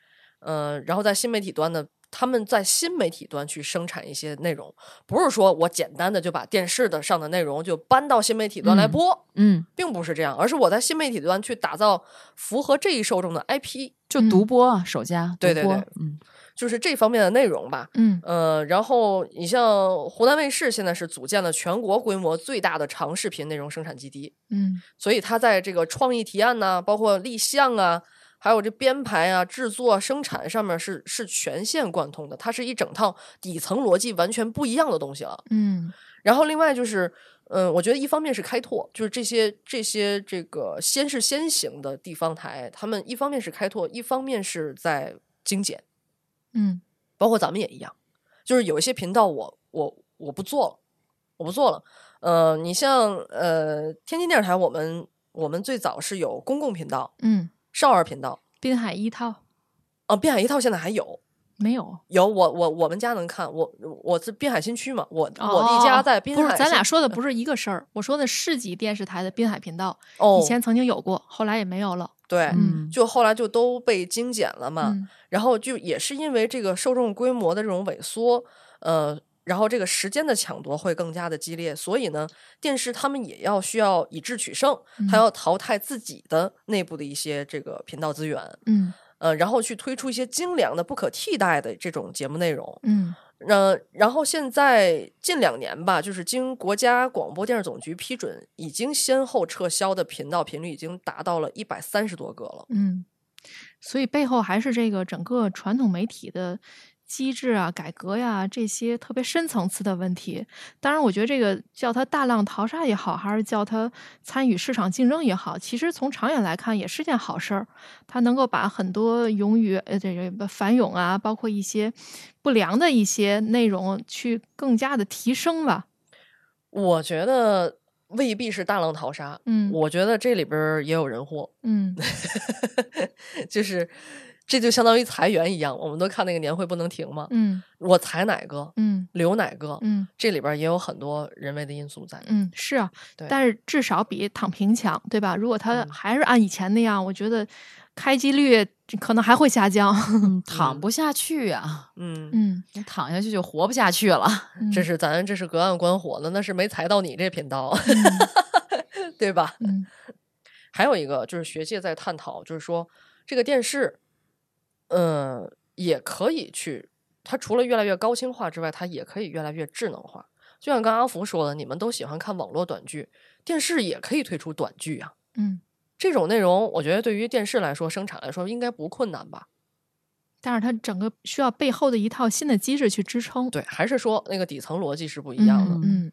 呃，然后在新媒体端呢，他们在新媒体端去生产一些内容，不是说我简单的就把电视的上的内容就搬到新媒体端来嗯播。嗯，并不是这样，而是我在新媒体端去打造符合这一受众的 IP，就独播啊，首家对独对播对嗯，就是这方面的内容吧。嗯呃，然后你像湖南卫视现在是组建了全国规模最大的长视频内容生产基地，嗯所以它在这个创意提案呐、包括立项啊，还有这编排啊、制作、生产上面是是全线贯通的，它是一整套底层逻辑完全不一样的东西了。嗯然后另外就是，嗯、我觉得一方面是开拓，就是这些这些这个先是先行的地方台，他们一方面是开拓，一方面是在精简。嗯包括咱们也一样，就是有一些频道我我我不做了，我不做了。呃，你像呃天津电视台，我们我们最早是有公共频道、嗯，少儿频道，滨海一套啊，滨海一套现在还有。没有。有我我我们家能看我我是滨海新区嘛，我、哦我的家在滨海嗯不新，是，咱俩说的不是一个事儿。我说的市级电视台的滨海频道，哦，以前曾经有过，后来也没有了。对，嗯就后来就都被精简了嘛。嗯然后就也是因为这个受众规模的这种萎缩，呃，然后这个时间的抢夺会更加的激烈，所以呢，电视他们也要需要以智取胜，还嗯要淘汰自己的内部的一些这个频道资源，嗯呃，然后去推出一些精良的、不可替代的这种节目内容，嗯呃，然后现在近两年吧，就是经国家广播电视总局批准，已经先后撤销的频道频率已经达到了一百三十多个了。嗯，所以背后还是这个整个传统媒体的机制啊、改革呀、这些特别深层次的问题。当然，我觉得这个叫它大浪淘沙也好，还是叫它参与市场竞争也好，其实从长远来看也是件好事儿。它能够把很多冗余呃这个反涌啊，包括一些不良的一些内容去更加的提升吧。我觉得未必是大浪淘沙，嗯我觉得这里边儿也有人祸，嗯就是这就相当于裁员一样。我们都看那个年会不能停嘛，嗯我裁哪个，嗯留哪个，嗯这里边儿也有很多人为的因素在。嗯，是啊，对但是至少比躺平强，对吧？如果他嗯还是按以前那样，我觉得开机率可能还会下降。嗯躺不下去啊，嗯， 嗯，你躺下去就活不下去了。这嗯是咱这是隔岸观火的，那是没裁到你这频道， 对吧？嗯还有一个就是学界在探讨，就是说这个电视，呃，也可以去，它除了越来越高清化之外，它也可以越来越智能化。就像刚刚阿福说的，你们都喜欢看网络短剧，电视也可以推出短剧啊。嗯，这种内容，我觉得对于电视来说，生产来说应该不困难吧？但是它整个需要背后的一套新的机制去支撑。对，还是说那个底层逻辑是不一样的。嗯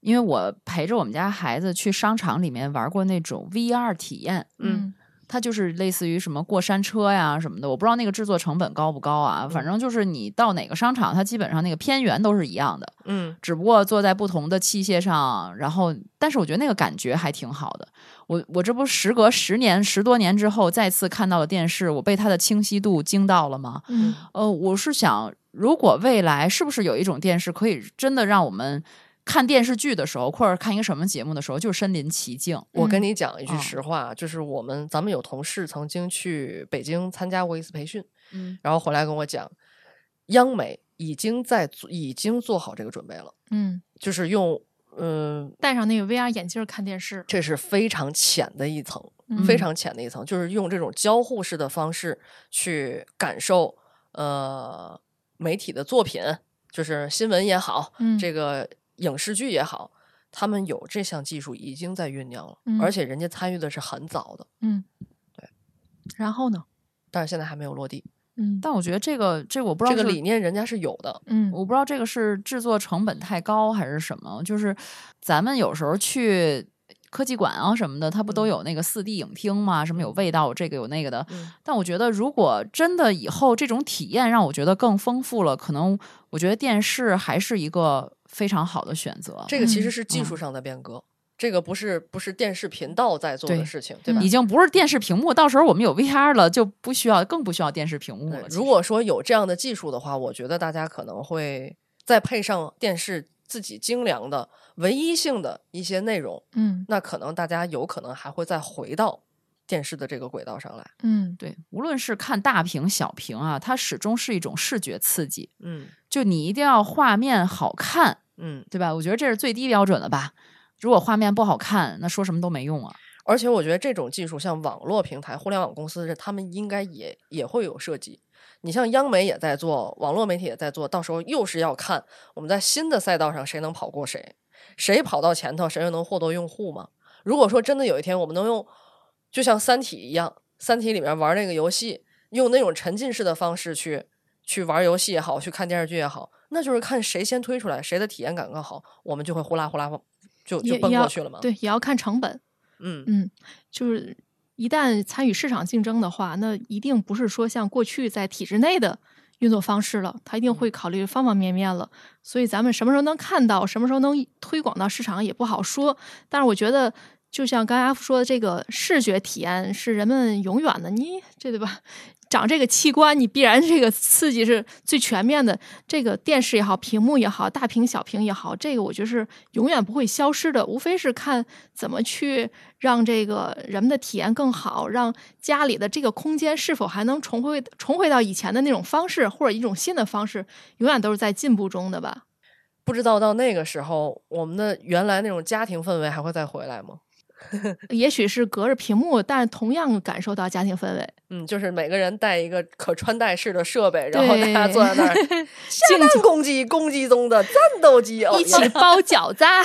因为我陪着我们家孩子去商场里面玩过那种 VR 体验，嗯它就是类似于什么过山车呀什么的，我不知道那个制作成本高不高啊，嗯反正就是你到哪个商场，它基本上那个片源都是一样的，嗯只不过坐在不同的器械上，然后但是我觉得那个感觉还挺好的。我我这不时隔十年十多年之后再次看到了电视，我被它的清晰度惊到了吗？嗯呃，我是想，如果未来是不是有一种电视可以真的让我们看电视剧的时候，或者看一个什么节目的时候，就身临其境？我跟嗯你讲一句哦实话，啊就是我们咱们有同事曾经去北京参加过一次培训，嗯，然后回来跟我讲，央媒已经在做已经做好这个准备了，嗯，就是用嗯，戴上那个 VR 眼镜儿看电视。这是非常浅的一层，嗯非常浅的一层，就是用这种交互式的方式去感受呃媒体的作品，就是新闻也好，嗯这个影视剧也好。他们有这项技术已经在酝酿了，嗯而且人家参与的是很早的，嗯，对。然后呢？但是现在还没有落地。嗯但我觉得这个这个我不知这道个是理念人家是有的，嗯我不知道这个是制作成本太高还是什么，就是咱们有时候去科技馆啊什么的，它不都嗯有那个四 D 影厅吗？什么有味道，有这个有那个的。嗯但我觉得，如果真的以后这种体验让我觉得更丰富了，可能我觉得电视还是一个非常好的选择。这个其实嗯是技术上的变革，这个不是不是电视频道在做的对事情，对吧已？经不是电视屏幕，到时候我们有 VR 了，就不需要，更不需要电视屏幕对了。其实如果说有这样的技术的话，我觉得大家可能会再配上电视自己精良的唯一性的一些内容，嗯那可能大家有可能还会再回到电视的这个轨道上来。嗯对，无论是看大屏、小屏啊，它始终是一种视觉刺激，嗯就你一定要画面好看，嗯，对吧？我觉得这是最低标准了吧。如果画面不好看，那说什么都没用啊。而且我觉得这种技术，像网络平台、互联网公司，这他们应该也也会有涉及。你像央媒也在做，网络媒体也在做，到时候又是要看我们在新的赛道上谁能跑过谁，谁跑到前头，谁就能获得用户嘛。如果说真的有一天我们能用，就像《三体》一样，《三体》里面玩那个游戏，用那种沉浸式的方式去去玩游戏也好，去看电视剧也好，那就是看谁先推出来，谁的体验感更好，我们就会呼啦呼啦就就也奔也过要去了嘛。对，也要看成本。嗯，嗯，就是一旦参与市场竞争的话，那一定不是说像过去在体制内的运作方式了，它一定会考虑方方面面了。所以咱们什么时候能看到，什么时候能推广到市场也不好说。但是我觉得。就像刚才阿福说的，这个视觉体验是人们永远的，你这对吧？长这个器官，你必然这个刺激是最全面的。这个电视也好，屏幕也好，大屏小屏也好，这个我觉得是永远不会消失的。无非是看怎么去让这个人们的体验更好，让家里的这个空间是否还能重回重回到以前的那种方式，或者一种新的方式，永远都是在进步中的吧。不知道到那个时候，我们的原来那种家庭氛围还会再回来吗？也许是隔着屏幕，但同样感受到家庭氛围。嗯，就是每个人带一个可穿戴式的设备，然后大对家坐在那儿， 下蛋公鸡，公鸡中的战斗机，哦 一起包饺子，啊